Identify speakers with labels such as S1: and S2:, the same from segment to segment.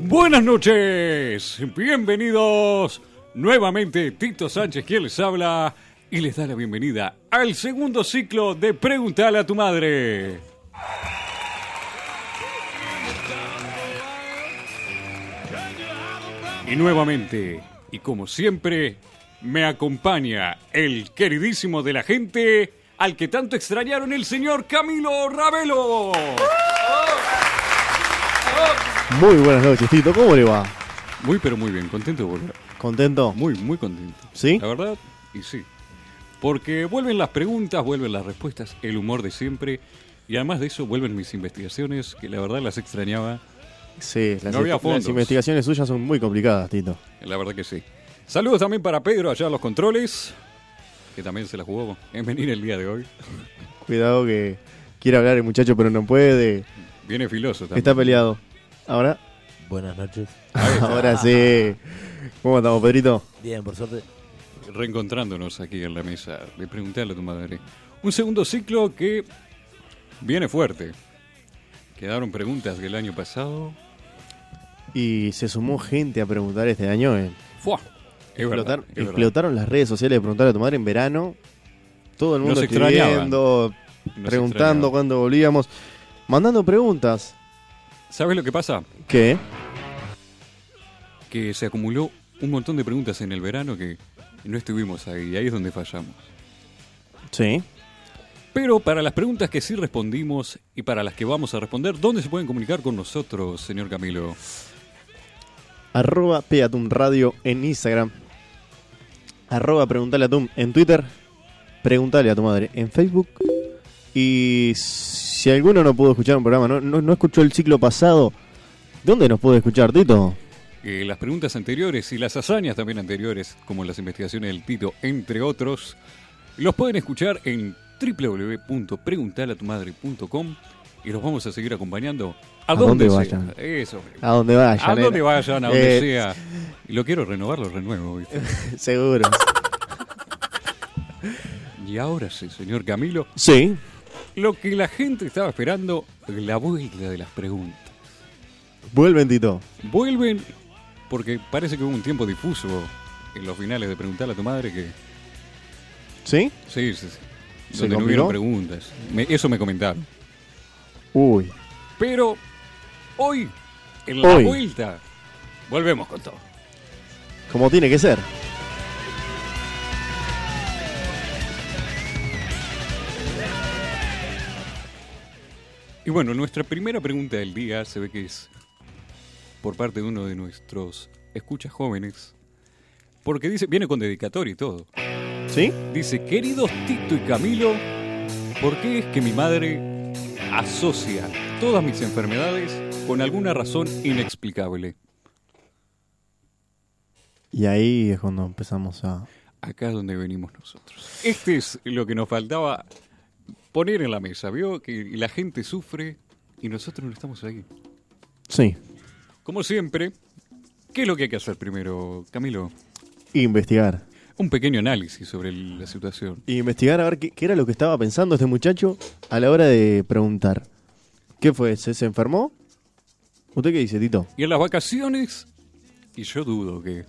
S1: Buenas noches, bienvenidos nuevamente Tito Sánchez quien les habla y les da la bienvenida al segundo ciclo de Pregúntale a tu madre. Y nuevamente, y como siempre, me acompaña el queridísimo de la gente al que tanto extrañaron el señor Camilo Ravelo.
S2: Muy buenas noches, Tito. ¿Cómo le va?
S1: Muy pero muy bien, contento de volver.
S2: ¿Contento?
S1: Muy, muy contento.
S2: ¿Sí?
S1: La verdad, y sí. Porque vuelven las preguntas, vuelven las respuestas, el humor de siempre. Y además de eso, vuelven mis investigaciones, que la verdad las extrañaba.
S2: Sí, las,
S1: No había
S2: las
S1: fondos.
S2: investigaciones suyas son muy complicadas, Tito.
S1: La verdad que sí. Saludos también para Pedro allá a los controles, que también se la jugó en venir el día de hoy.
S2: Cuidado que quiere hablar el muchacho, pero no puede.
S1: Viene filoso también.
S2: Está peleado. ¿Ahora?
S3: Buenas noches.
S2: Ahora sí. ¿Cómo estamos, Pedrito?
S3: Bien, por suerte.
S1: Reencontrándonos aquí en la mesa, de preguntarle a tu madre. Un segundo ciclo que viene fuerte. Quedaron preguntas del año pasado.
S2: Y se sumó gente a preguntar este año. eh.
S1: ¡Fua! Es
S2: Explotar-
S1: verdad, es verdad.
S2: explotaron las redes sociales de preguntar a tu madre en verano. Todo el mundo
S1: Nos
S2: escribiendo,
S1: Nos
S2: preguntando
S1: extrañaba.
S2: cuándo volvíamos, mandando preguntas.
S1: ¿Sabes lo que pasa?
S2: ¿Qué?
S1: Que se acumuló un montón de preguntas en el verano que no estuvimos ahí. y Ahí es donde fallamos.
S2: Sí.
S1: Pero para las preguntas que sí respondimos y para las que vamos a responder, ¿dónde se pueden comunicar con nosotros, señor Camilo?
S2: Arroba Peatum Radio en Instagram. Arroba Preguntale a Tum en Twitter. Preguntale a tu madre en Facebook. Y si alguno no pudo escuchar un programa, no, no, no escuchó el ciclo pasado, ¿dónde nos puede escuchar, Tito?
S1: Eh, las preguntas anteriores y las hazañas también anteriores, como las investigaciones del Tito, entre otros, los pueden escuchar en www.preguntalatumadre.com y los vamos a seguir acompañando a,
S2: ¿A dónde
S1: sea.
S2: vayan?
S1: Eso.
S2: A donde vayan.
S1: A dónde
S2: eh.
S1: vayan, a donde
S2: Eh,
S1: sea. Y lo quiero renovar, lo renuevo. ¿viste?
S2: Seguro.
S1: Y ahora sí, señor Camilo,
S2: sí.
S1: lo que la gente estaba esperando, la vuelta de las preguntas.
S2: Vuelven, Tito.
S1: Vuelven porque parece que hubo un tiempo difuso en los finales de preguntarle a tu madre que...
S2: ¿Sí?
S1: Sí, sí, sí.
S2: ¿Se
S1: Donde no
S2: complicó?
S1: hubieron preguntas. Me- eso me comentaron.
S2: Uy.
S1: Pero hoy, en la
S2: Hoy.
S1: vuelta, volvemos con todo.
S2: Como tiene que ser.
S1: Y bueno, nuestra primera pregunta del día se ve que es por parte de uno de nuestros escuchas jóvenes. Porque dice, viene con dedicatoria y todo.
S2: ¿Sí?
S1: Dice, queridos Tito y Camilo, ¿por qué es que mi madre asocia todas mis enfermedades con alguna razón inexplicable?
S2: Y ahí es cuando empezamos a...
S1: Acá es donde venimos nosotros. Este es lo que nos faltaba poner en la mesa. Vio que la gente sufre y nosotros no estamos ahí.
S2: Sí.
S1: Como siempre, ¿qué es lo que hay que hacer primero, Camilo?
S2: Investigar.
S1: Un pequeño análisis sobre el- la situación.
S2: Y investigar a ver qué, qué era lo que estaba pensando este muchacho a la hora de preguntar. ¿Qué fue? ¿Se, se enfermó? ¿Usted qué dice, Tito?
S1: Y en las vacaciones, y yo dudo que,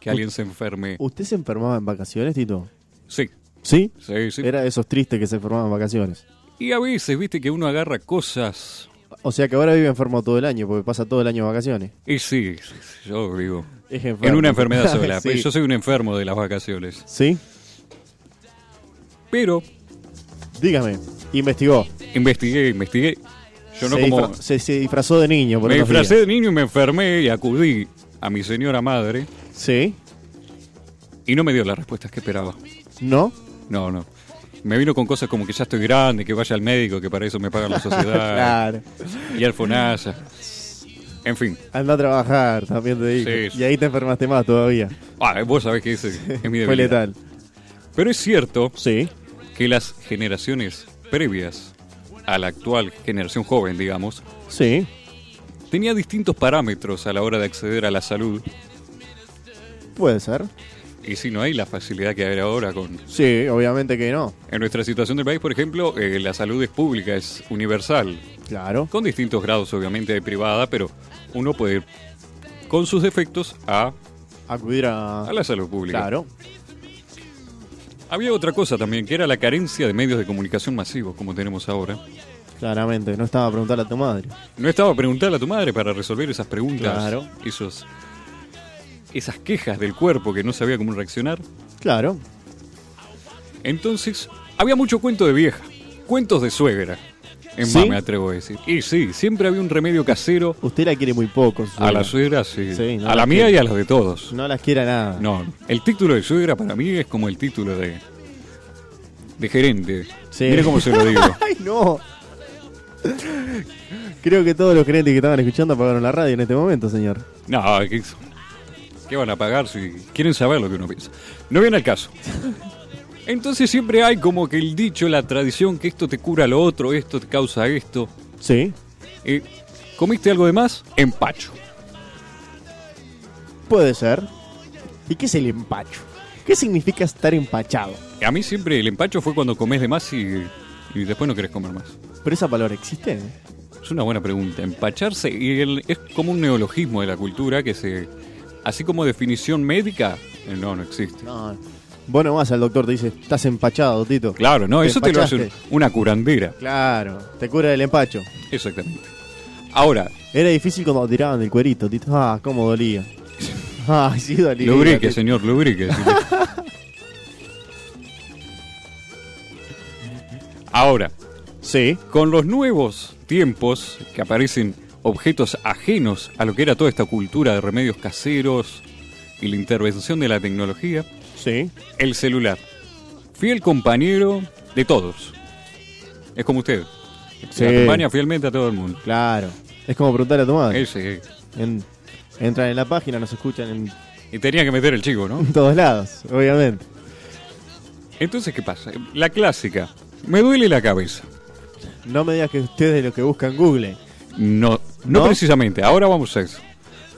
S1: que alguien se enferme.
S2: ¿Usted se enfermaba en vacaciones, Tito?
S1: Sí,
S2: ¿Sí?
S1: sí, sí.
S2: Era de esos tristes que se enfermaban en vacaciones.
S1: Y a veces, viste, que uno agarra cosas.
S2: O sea que ahora vive enfermo todo el año, porque pasa todo el año en vacaciones.
S1: Y sí, sí, sí, yo vivo.
S2: Es
S1: En una enfermedad sola. pues
S2: sí.
S1: Yo soy un enfermo de las vacaciones.
S2: ¿Sí?
S1: Pero
S2: Dígame. Investigó.
S1: Investigué, investigué. Yo no
S2: se,
S1: como.
S2: disfra- se, se disfrazó de niño, por
S1: Me
S2: unos
S1: disfracé
S2: días.
S1: de niño y me enfermé y acudí a mi señora madre
S2: ¿Sí?
S1: y no me dio las respuestas que esperaba.
S2: ¿No?
S1: No, no. Me vino con cosas como que ya estoy grande, que vaya al médico, que para eso me pagan la sociedad
S2: Claro.
S1: y al FONASA. En fin.
S2: Anda a trabajar, también te digo.
S1: Sí, sí.
S2: Y ahí te enfermaste más todavía.
S1: Ah, vos sabés que ese es mi
S2: Fue
S1: debilidad.
S2: letal.
S1: Pero es cierto
S2: Sí.
S1: que las generaciones previas a la actual generación joven, digamos,
S2: Sí.
S1: tenía distintos parámetros a la hora de acceder a la salud
S2: Puede ser.
S1: Y si no hay la facilidad que hay ahora con...
S2: Sí, obviamente que no.
S1: En nuestra situación del país, por ejemplo, eh, la salud es pública, es universal.
S2: Claro.
S1: Con distintos grados, obviamente, de privada, pero uno puede ir con sus defectos a,
S2: Acudir a.
S1: a la salud pública.
S2: Claro.
S1: Había otra cosa también, que era la carencia de medios de comunicación masivos, como tenemos ahora.
S2: Claramente. No estaba a preguntarle a tu madre.
S1: No estaba preguntarle a tu madre para resolver esas preguntas,
S2: Claro.
S1: esos, esas quejas del cuerpo que no sabía cómo reaccionar.
S2: Claro.
S1: Entonces, había mucho cuento de vieja, cuentos de suegra. En
S2: ¿Sí?
S1: más me atrevo a decir. Y sí, siempre había un remedio casero
S2: Usted la quiere muy poco. su
S1: a la
S2: suegra.
S1: suegra, sí.
S2: Sí, no,
S1: a la
S2: sí.
S1: mía y a los de todos.
S2: No las quiera nada.
S1: No, el título de suegra para mí es como el título de, de gerente.
S2: Sí.
S1: Mire cómo se lo digo.
S2: ¡Ay, no! Creo que todos los gerentes que estaban escuchando apagaron la radio en este momento, señor.
S1: No, ¿qué, qué van a pagar si quieren saber lo que uno piensa? No viene al caso. Entonces siempre hay como que el dicho, la tradición, que esto te cura lo otro, esto te causa esto.
S2: Sí.
S1: Eh, ¿Comiste algo de más? Empacho.
S2: Puede ser. ¿Y qué es el empacho? ¿Qué significa estar empachado?
S1: A mí siempre el empacho fue cuando comes de más y, y después no querés comer más.
S2: ¿Pero esa palabra existe? ¿eh?
S1: Es una buena pregunta. Empacharse y el- es como un neologismo de la cultura que se... Así como definición médica, eh, no, no existe.
S2: No. Vos no vas al doctor, te dice, estás empachado, Tito.
S1: Claro, no,
S2: Te
S1: eso te lo hace un-
S2: empachaste.
S1: una curandera.
S2: Claro, te cura del empacho.
S1: Exactamente. Ahora,
S2: Era difícil cuando tiraban del cuerito, Tito. Ah, cómo dolía. Ah, sí dolía.
S1: Lubrique,
S2: Tito.
S1: señor, lubrique. Ahora,
S2: Sí,
S1: con los nuevos tiempos que aparecen objetos ajenos a lo que era toda esta cultura de remedios caseros y la intervención de la tecnología,
S2: sí.
S1: el celular, fiel compañero de todos. Es como usted.
S2: Sí. Ah.
S1: Se acompaña fielmente a todo el mundo.
S2: Claro. Es como preguntarle a tu madre.
S1: Ese.
S2: En- entran en la página, nos escuchan en
S1: Y tenía que meter el chico, ¿no?
S2: todos lados, obviamente.
S1: Entonces, ¿qué pasa? La clásica. Me duele la cabeza.
S2: No me digas que ustedes de lo que buscan Google.
S1: No, no,
S2: ¿No?
S1: precisamente, ahora vamos a eso.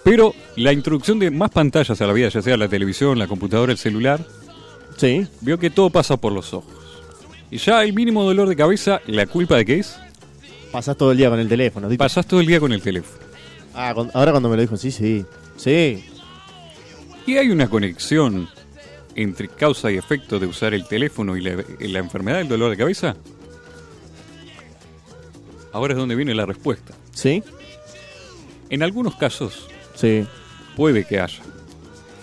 S1: Pero la introducción de más pantallas a la vida, ya sea la televisión, la computadora, el celular,
S2: Sí.
S1: vio que todo pasa por los ojos. Y ya el mínimo dolor de cabeza, la culpa de qué es,
S2: Pasás todo el día con el teléfono. Tito.
S1: pasás todo el día con el teléfono.
S2: Ah, con- ahora cuando me lo dijo, sí, sí. Sí.
S1: Y hay una conexión entre causa y efecto de usar el teléfono y la, y la enfermedad del dolor de cabeza. Ahora es donde viene la respuesta.
S2: Sí.
S1: En algunos casos,
S2: Sí.
S1: Puede que haya.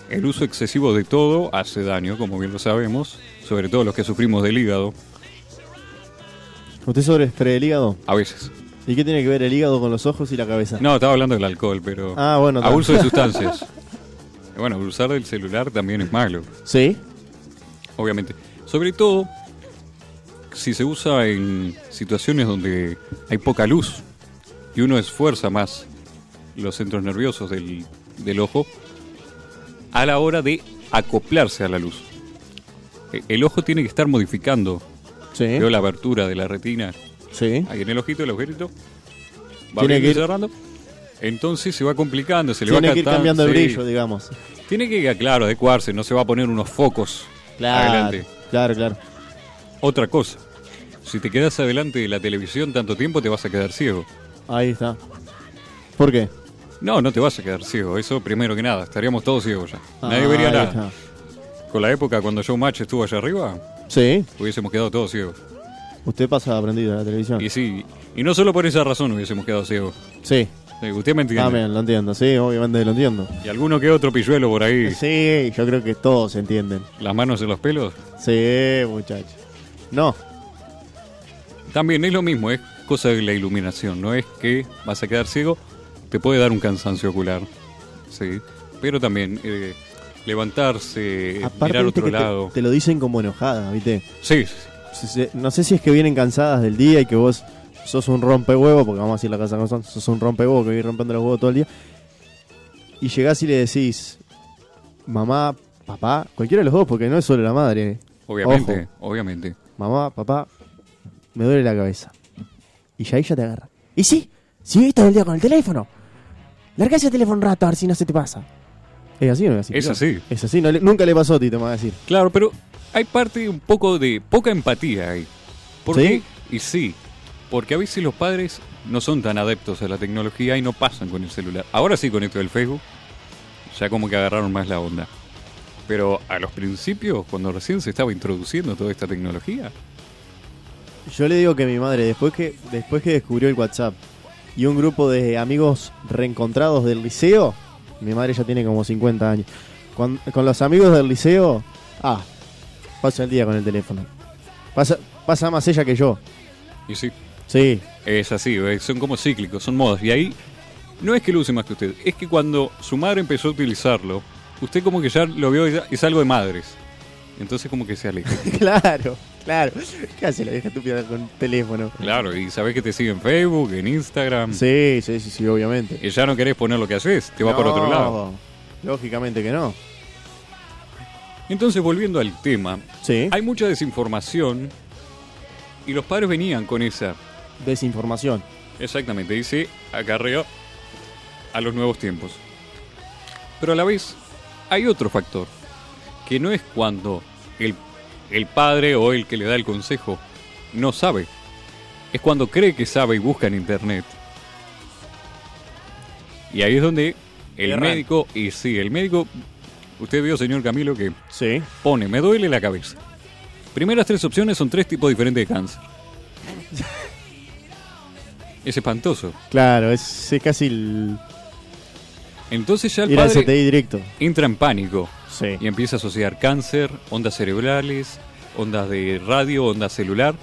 S1: El uso excesivo de todo hace daño, como bien lo sabemos, sobre todo los que sufrimos del hígado,
S2: ¿Usted sobre el hígado?
S1: a veces.
S2: ¿Y qué tiene que ver el hígado con los ojos y la cabeza?
S1: No, estaba hablando del alcohol, pero
S2: Ah, bueno, está.
S1: abuso de sustancias. bueno, abusar del celular también es malo,
S2: Sí.
S1: obviamente. Sobre todo si se usa en situaciones donde hay poca luz y uno esfuerza más los centros nerviosos del, del ojo a la hora de acoplarse a la luz. E- El ojo tiene que estar modificando
S2: Sí.
S1: Veo la abertura de la retina
S2: Sí.
S1: ahí en el ojito, el agujerito. Va
S2: Tiene
S1: abriendo
S2: que
S1: y
S2: ir-
S1: cerrando. Entonces se va complicando, se le va
S2: Tiene que ir
S1: cantando,
S2: cambiando el
S1: sí.
S2: brillo, digamos.
S1: Tiene que, claro, adecuarse, no se va a poner unos focos
S2: Claro.
S1: adelante.
S2: Claro, claro.
S1: Otra cosa, si te quedas adelante de la televisión tanto tiempo te vas a quedar ciego.
S2: Ahí está. ¿Por qué?
S1: No, no te vas a quedar ciego, eso primero que nada, estaríamos todos ciegos ya. Nadie
S2: Ah,
S1: vería
S2: ahí
S1: nada.
S2: está.
S1: Con la época cuando Joe Match estuvo allá arriba,
S2: Sí.
S1: hubiésemos quedado todos ciegos.
S2: Usted pasa aprendido a la televisión.
S1: Y sí, y no solo por esa razón hubiésemos quedado ciegos.
S2: Sí.
S1: Eh, Usted me entiende.
S2: También, lo entiendo. Sí, obviamente lo entiendo.
S1: Y alguno que otro pilluelo por ahí.
S2: Sí, yo creo que todos entienden.
S1: Las manos en los pelos.
S2: Sí, muchacho. No.
S1: También es lo mismo, es cosa de la iluminación. No es que vas a quedar ciego, te puede dar un cansancio ocular. Sí. Pero también eh, levantarse, Eh, mirar
S2: viste
S1: otro
S2: que te-
S1: lado.
S2: Te, lo dicen como enojada, ¿viste?
S1: Sí,
S2: Se- se- No sé si es que vienen cansadas del día y que vos sos un rompehuevo, porque vamos a decir la casa como son, sos un rompehuevo que vivís rompiendo los huevos todo el día. Y llegás y le decís, mamá, papá, cualquiera de los dos, porque no es solo la madre.
S1: obviamente,
S2: Ojo,
S1: obviamente.
S2: mamá, papá, me duele la cabeza. Y ya ella te agarra. Y sí, si viste todo el día con el teléfono. Larga ese teléfono un rato a ver si no se te pasa. ¿Es así o no es así?
S1: Es
S2: Claro.
S1: así.
S2: Es así, no le- nunca le pasó a ti, te vas a decir.
S1: Claro, pero hay parte un poco de poca empatía ahí. ¿Por
S2: ¿Sí?
S1: qué? Y sí, porque a veces los padres no son tan adeptos a la tecnología y no pasan con el celular. Ahora sí con esto del Facebook, ya como que agarraron más la onda. Pero a los principios, cuando recién se estaba introduciendo toda esta tecnología,
S2: Yo le digo que mi madre, después que, después que descubrió el WhatsApp y un grupo de amigos reencontrados del liceo, mi madre ya tiene como 50 años. Con, con los amigos del liceo, ah, pasa el día con el teléfono. Pasa, pasa más ella que yo.
S1: y sí,
S2: Sí,
S1: Es así, eh, son como cíclicos, son modas. Y ahí no es que lo use más que usted, es que cuando su madre empezó a utilizarlo, usted como que ya lo vio, y ya- es algo de madres. Entonces como que se aleja.
S2: claro, claro. ¿Qué hace la vieja estúpida con el teléfono?
S1: claro, y sabés que te sigue en Facebook, en Instagram.
S2: Sí, sí, sí, sí, obviamente.
S1: Y ya no querés poner lo que haces, te va por otro
S2: No,
S1: lado.
S2: Lógicamente que no.
S1: Entonces volviendo al tema,
S2: Sí.
S1: hay mucha desinformación y los padres venían con esa.
S2: Desinformación.
S1: Exactamente, dice acarreó a los nuevos tiempos. Pero a la vez hay otro factor, que no es cuando el, el padre o el que le da el consejo no sabe, es cuando cree que sabe y busca en internet. Y ahí es donde el
S2: Erran.
S1: médico, y sí, el médico, usted vio señor Camilo que
S2: Sí.
S1: pone, me duele la cabeza. Primeras tres opciones son tres tipos diferentes de cáncer. Es espantoso.
S2: Claro, es, es casi el,
S1: Entonces ya el
S2: ir al
S1: padre
S2: CTI directo.
S1: entra en pánico
S2: Sí.
S1: y empieza a asociar cáncer, ondas cerebrales, ondas de radio, onda celular.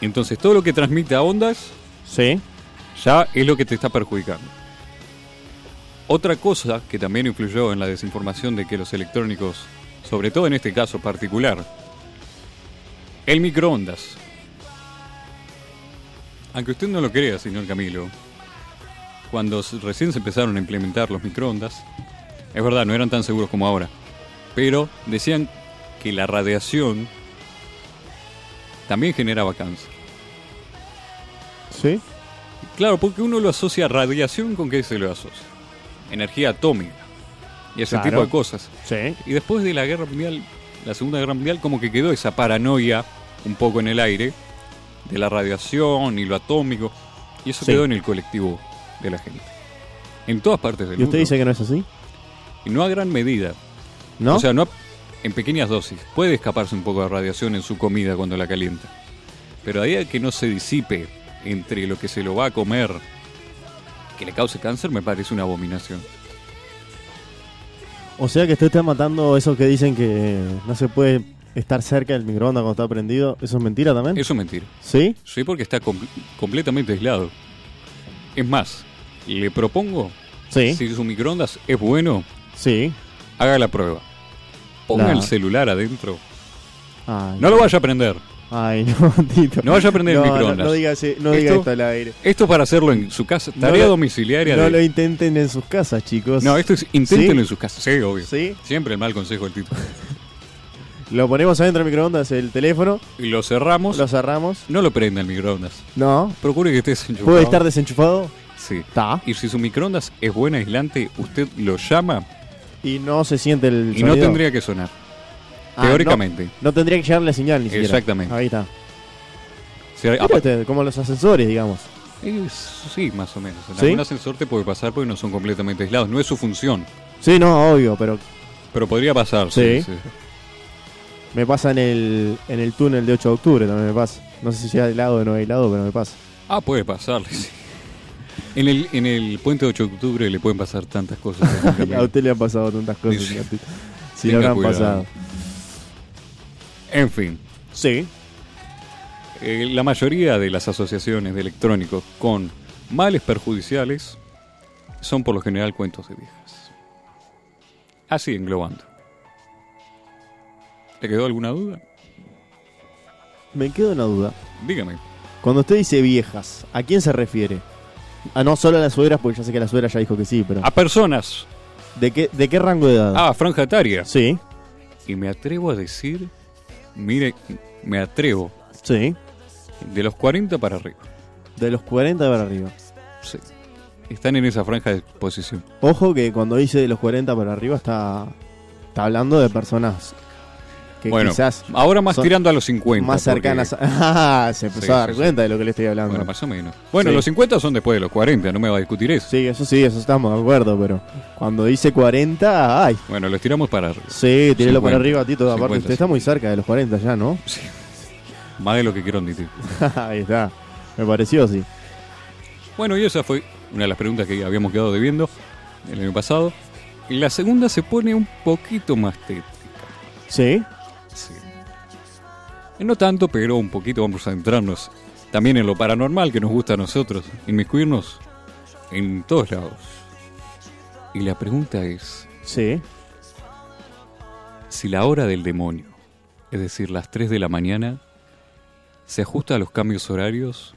S1: Entonces todo lo que transmite a ondas
S2: Sí.
S1: ya es lo que te está perjudicando. Otra cosa que también influyó en la desinformación de que los electrónicos, sobre todo en este caso particular, el microondas. Aunque usted no lo crea, señor Camilo, cuando s- recién se empezaron a implementar los microondas, es verdad, no eran tan seguros como ahora, pero decían que la radiación también generaba cáncer.
S2: Sí.
S1: Claro, porque uno lo asocia a radiación, ¿con qué se lo asocia? Energía atómica y ese
S2: Claro.
S1: tipo de cosas.
S2: Sí.
S1: Y después de la Guerra Mundial, la Segunda Guerra Mundial, como que quedó esa paranoia un poco en el aire de la radiación y lo atómico. Y eso
S2: Sí.
S1: quedó en el colectivo de la gente. En todas partes del
S2: ¿Y
S1: mundo.
S2: usted dice que no es así?
S1: Y no a gran medida.
S2: ¿No?
S1: O sea, no a- en pequeñas dosis. Puede escaparse un poco de radiación en su comida cuando la calienta. Pero a día que no se disipe entre lo que se lo va a comer que le cause cáncer, me parece una abominación.
S2: O sea que usted está matando esos que dicen que no se puede estar cerca del microondas cuando está prendido. ¿Eso es mentira también?
S1: Eso es mentira.
S2: ¿Sí?
S1: Sí, porque está com- completamente aislado. Es más, le propongo,
S2: Sí. Sí.
S1: si su microondas es bueno, haga la prueba. Ponga
S2: La-
S1: el celular adentro.
S2: Ay,
S1: No lo vaya a prender.
S2: Ay, no, Tito.
S1: No vaya a prender el
S2: No, no, No,
S1: microondas.
S2: diga, ese- no diga
S1: Esto-
S2: esto al aire.
S1: Esto es para hacerlo en su casa.
S2: No
S1: Tarea
S2: lo-
S1: domiciliaria.
S2: No
S1: de-
S2: lo intenten en sus casas, chicos.
S1: No, esto es inténtenlo
S2: ¿Sí?
S1: en sus casas. Sí, obvio.
S2: ¿Sí?
S1: Siempre el mal consejo del título.
S2: Lo ponemos adentro del microondas, el teléfono,
S1: Y lo cerramos.
S2: lo cerramos.
S1: No lo prenda el microondas.
S2: No.
S1: Procure que esté desenchufado.
S2: ¿Puede estar desenchufado?
S1: Sí.
S2: Está.
S1: Y si su microondas es buen aislante, usted lo llama
S2: Y no se siente el
S1: y
S2: sonido.
S1: no tendría que sonar.
S2: Ah,
S1: Teóricamente.
S2: No, no tendría que llegar la señal ni siquiera.
S1: Exactamente. Eh,
S2: Ahí está.
S1: Si hay-
S2: Mira usted, como los ascensores, digamos.
S1: Eh, sí, más o menos. En
S2: ¿Sí?
S1: algún ascensor te puede pasar porque no son completamente aislados. No es su función.
S2: Sí, no, obvio, pero
S1: Pero podría pasar.
S2: Sí.
S1: sí, sí.
S2: me pasa en el, en el túnel de 8 de octubre, también me pasa. No sé si llega aislado o no aislado, pero me pasa.
S1: Ah, puede pasarle, sí. En el, en el puente de 8 de octubre le pueden pasar tantas cosas.
S2: A usted le han pasado tantas cosas.
S1: Sí.
S2: señor Tito. Si le
S1: Tenga
S2: habrán
S1: cuidado.
S2: pasado.
S1: en fin.
S2: Sí.
S1: Eh, la mayoría de las asociaciones de electrónicos con males perjudiciales son por lo general cuentos de viejas. Así englobando. ¿Te quedó alguna duda?
S2: Me queda una duda.
S1: Dígame.
S2: Cuando usted dice viejas, ¿a quién se refiere? A no solo a las suegras, porque ya sé que la suegra ya dijo que sí, pero.
S1: A personas.
S2: ¿De qué, de qué rango de edad?
S1: Ah, franja etaria.
S2: Sí,
S1: Y me atrevo a decir, mire, me atrevo,
S2: sí.
S1: de los 40 para arriba.
S2: De los 40 para arriba.
S1: Sí. están en esa franja de exposición.
S2: Ojo que cuando dice de los 40 para arriba está, está hablando de personas que
S1: bueno,
S2: quizás
S1: ahora más
S2: son
S1: tirando a los 50.
S2: más
S1: porque-
S2: cercanas. a- Ah, se empezó
S1: Sí,
S2: a dar
S1: sí, sí.
S2: cuenta de lo que le estoy hablando.
S1: Bueno, más o menos. Bueno,
S2: Sí.
S1: los 50 son después de los 40, no me va a discutir eso.
S2: sí, eso sí, eso estamos de acuerdo, pero cuando dice 40, ay.
S1: Bueno, los tiramos para arriba.
S2: Sí,
S1: 50,
S2: tirelo para arriba, Tito. Aparte,
S1: 50,
S2: usted está muy cerca de los 40 ya, ¿no?
S1: Más de lo que quiero admitir.
S2: Ahí está. Me pareció así.
S1: Bueno, y esa fue una de las preguntas que habíamos quedado debiendo el año pasado. Y la segunda se pone un poquito más tétrica.
S2: Sí.
S1: Sí. No tanto, pero un poquito vamos a centrarnos también en lo paranormal que nos gusta a nosotros, inmiscuirnos en todos lados. Y la pregunta es
S2: Sí.
S1: si la hora del demonio, es decir, las 3 de la mañana, se ajusta a los cambios horarios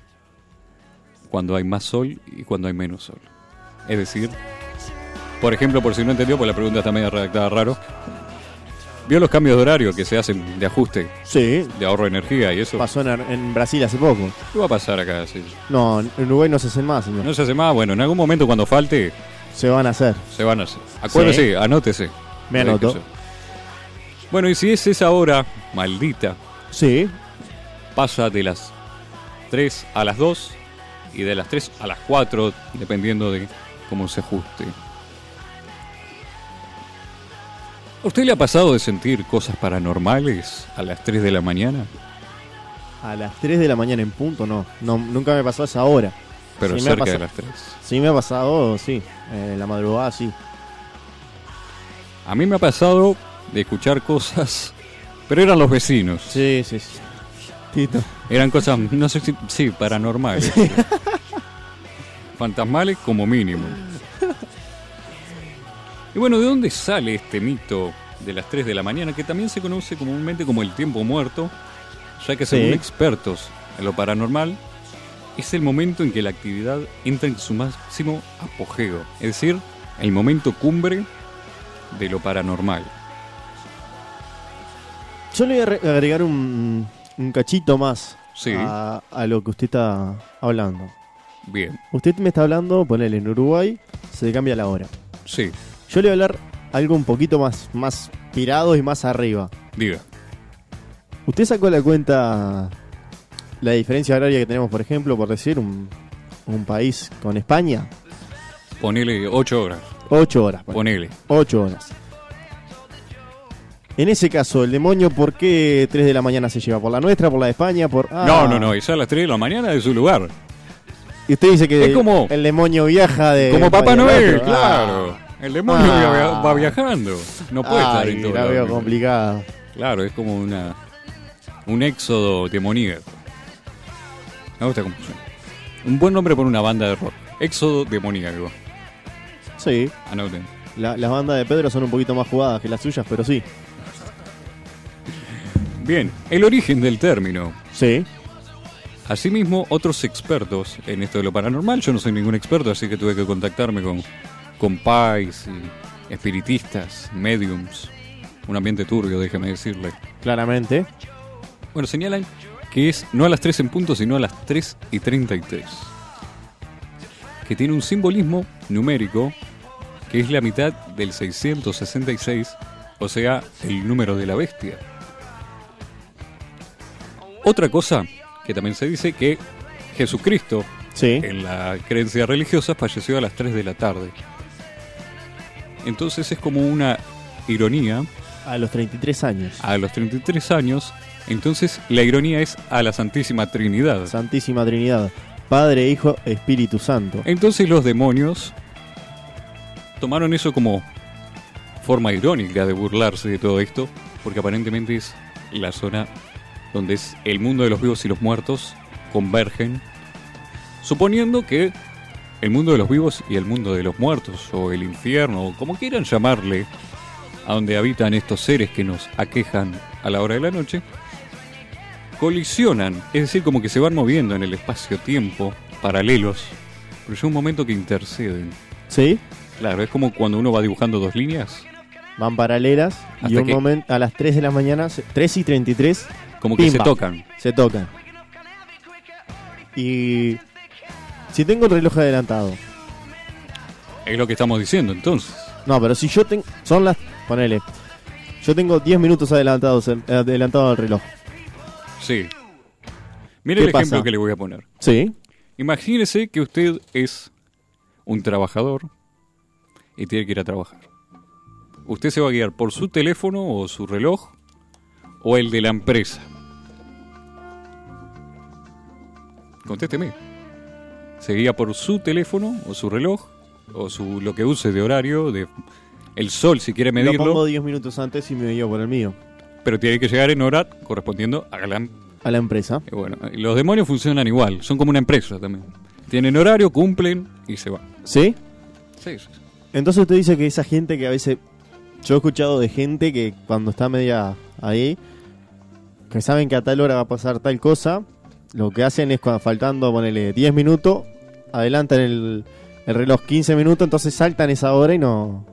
S1: cuando hay más sol y cuando hay menos sol. Es decir, por ejemplo, por si no entendió, pues la pregunta está medio redactada raro. ¿Vio los cambios de horario que se hacen de ajuste,
S2: Sí.
S1: de ahorro de energía y eso?
S2: Pasó en, Ar- en Brasil hace poco.
S1: ¿Qué va a pasar acá? Si
S2: No, en Uruguay no se hacen más, señor.
S1: no se hace más, bueno, en algún momento cuando falte,
S2: Se van a hacer.
S1: se van a hacer. Acuérdese, anótese.
S2: Me
S1: Lo
S2: anoto.
S1: dije yo. Bueno, y si es esa hora maldita,
S2: Sí.
S1: pasa de las 3 a las 2 y de las 3 a las 4, dependiendo de cómo se ajuste. ¿A usted le ha pasado de sentir cosas paranormales a las 3 de la mañana?
S2: A las 3 de la mañana en punto, no. no nunca me pasó a esa hora.
S1: Pero
S2: Sí, me ha
S1: cerca de
S2: pasado.
S1: las 3.
S2: Sí, me ha pasado, sí. Eh, la madrugada, sí.
S1: A mí me ha pasado de escuchar cosas, pero eran los vecinos.
S2: Sí, sí, sí. Tito.
S1: Eran cosas, no sé si, sí, paranormales. Fantasmales como mínimo. Y bueno, ¿de dónde sale este mito de las 3 de la mañana? Que también se conoce comúnmente como el tiempo muerto, ya que según
S2: Sí.
S1: expertos en lo paranormal, es el momento en que la actividad entra en su máximo apogeo, es decir, el momento cumbre de lo paranormal.
S2: Yo le voy a re- agregar un, un cachito más
S1: Sí.
S2: a, a lo que usted está hablando.
S1: Bien,
S2: Usted me está hablando, ponele, en Uruguay se le cambia la hora.
S1: sí,
S2: Yo le voy a hablar algo un poquito más, más pirado y más arriba.
S1: diga.
S2: ¿Usted sacó la cuenta la diferencia horaria que tenemos, por ejemplo, por decir, un, un país con España?
S1: Ponele 8 horas,
S2: 8 horas. ponele.
S1: ponele.
S2: 8 horas. En ese caso, el demonio, ¿por qué 3 de la mañana se lleva? ¿Por la nuestra? ¿Por la de España? Por... Ah.
S1: No, no, no, y ya a las 3 de la mañana de su lugar.
S2: Y usted dice que
S1: Es como-
S2: el demonio viaja de...
S1: Como
S2: un
S1: Papá
S2: país al
S1: Noel,
S2: otro.
S1: claro.
S2: Ah.
S1: El demonio
S2: Ah.
S1: via- va viajando. No puede estar
S2: Ay,
S1: en todo
S2: la
S1: lado.
S2: veo complicada.
S1: Claro, es como una un éxodo demoníaco. Me gusta cómo suena. Un buen nombre para una banda de rock. Éxodo demoníaco.
S2: Sí,
S1: Anoten.
S2: la- las bandas de Pedro son un poquito más jugadas que las suyas, pero sí.
S1: Bien, el origen del término.
S2: Sí.
S1: Asimismo, otros expertos en esto de lo paranormal, yo no soy ningún experto, así que tuve que contactarme con, con pais, y espiritistas, mediums, un ambiente turbio, déjeme decirle.
S2: Claramente.
S1: Bueno, señalan que es no a las 3 en punto, sino a las 3 y 33. Que tiene un simbolismo numérico que es la mitad del 666, o sea, el número de la bestia. Otra cosa que también se dice que Jesucristo,
S2: Sí.
S1: en la creencia religiosa, falleció a las 3 de la tarde. Entonces es como una ironía
S2: A los 33 años.
S1: a los 33 años, entonces la ironía es a la Santísima Trinidad.
S2: Santísima Trinidad. Padre, Hijo, Espíritu Santo.
S1: Entonces los demonios tomaron eso como forma irónica de burlarse de todo esto, porque aparentemente es la zona donde es el mundo de los vivos y los muertos convergen, suponiendo que el mundo de los vivos y el mundo de los muertos, o el infierno, o como quieran llamarle, a donde habitan estos seres que nos aquejan a la hora de la noche, colisionan, es decir, como que se van moviendo en el espacio-tiempo, paralelos, pero llega un momento que interceden.
S2: Sí.
S1: Claro, es como cuando uno va dibujando dos líneas,
S2: Van paralelas y
S1: Hasta
S2: un
S1: que-
S2: momento a las 3 de la mañana, se- 3 y 33,
S1: como que
S2: Pimba.
S1: se tocan.
S2: se tocan. Y si tengo el reloj adelantado
S1: Es lo que estamos diciendo entonces.
S2: No, pero si yo tengo. Son las. Ponele. Yo tengo 10 minutos adelantados eh, adelantado al reloj.
S1: Sí. Mira
S2: ¿Qué
S1: el ejemplo
S2: pasa?
S1: que le voy a poner.
S2: Sí.
S1: Imagínese que usted es un trabajador y tiene que ir a trabajar. Usted se va a guiar por su teléfono o su reloj o el de la empresa. Contésteme. ¿Se guía por su teléfono o su reloj o su lo que use de horario, de el sol si quiere
S2: Lo pongo
S1: medirlo,
S2: 10 minutos antes y me guío por el mío.
S1: pero tiene que llegar en hora correspondiendo a la em-
S2: A la empresa.
S1: y Bueno, y los demonios funcionan igual, son como una empresa también. Tienen horario, cumplen y se van.
S2: ¿Sí?
S1: Sí, sí.
S2: Entonces usted dice que esa gente que a veces. Yo he escuchado de gente que cuando está media ahí. Que saben que a tal hora va a pasar tal cosa. Lo que hacen es cuando faltando, ponele 10 minutos. Adelantan el, el reloj 15 minutos. Entonces saltan esa hora y no.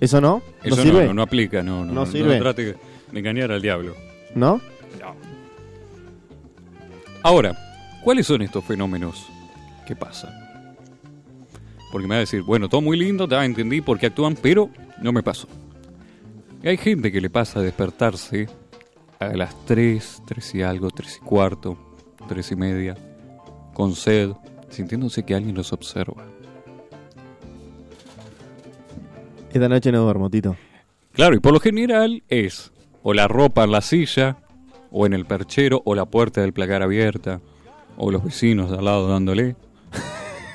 S2: ¿Eso no?
S1: Eso
S2: ¿No
S1: no,
S2: sirve?
S1: no, no aplica, no, no,
S2: No sirve.
S1: trate de engañar al diablo.
S2: ¿No?
S1: Ahora, ¿cuáles son estos fenómenos que pasan? Porque me va a decir, bueno, todo muy lindo, ya entendí por qué actúan, pero no me pasó. Y hay gente que le pasa a despertarse a las 3, 3 y algo, 3 y cuarto, 3 y media, con sed, sintiéndose que alguien los observa.
S2: Esta noche no duermo, Tito.
S1: Claro, y por lo general es o la ropa en la silla, o en el perchero, o la puerta del placar abierta, o los vecinos de al lado dándole.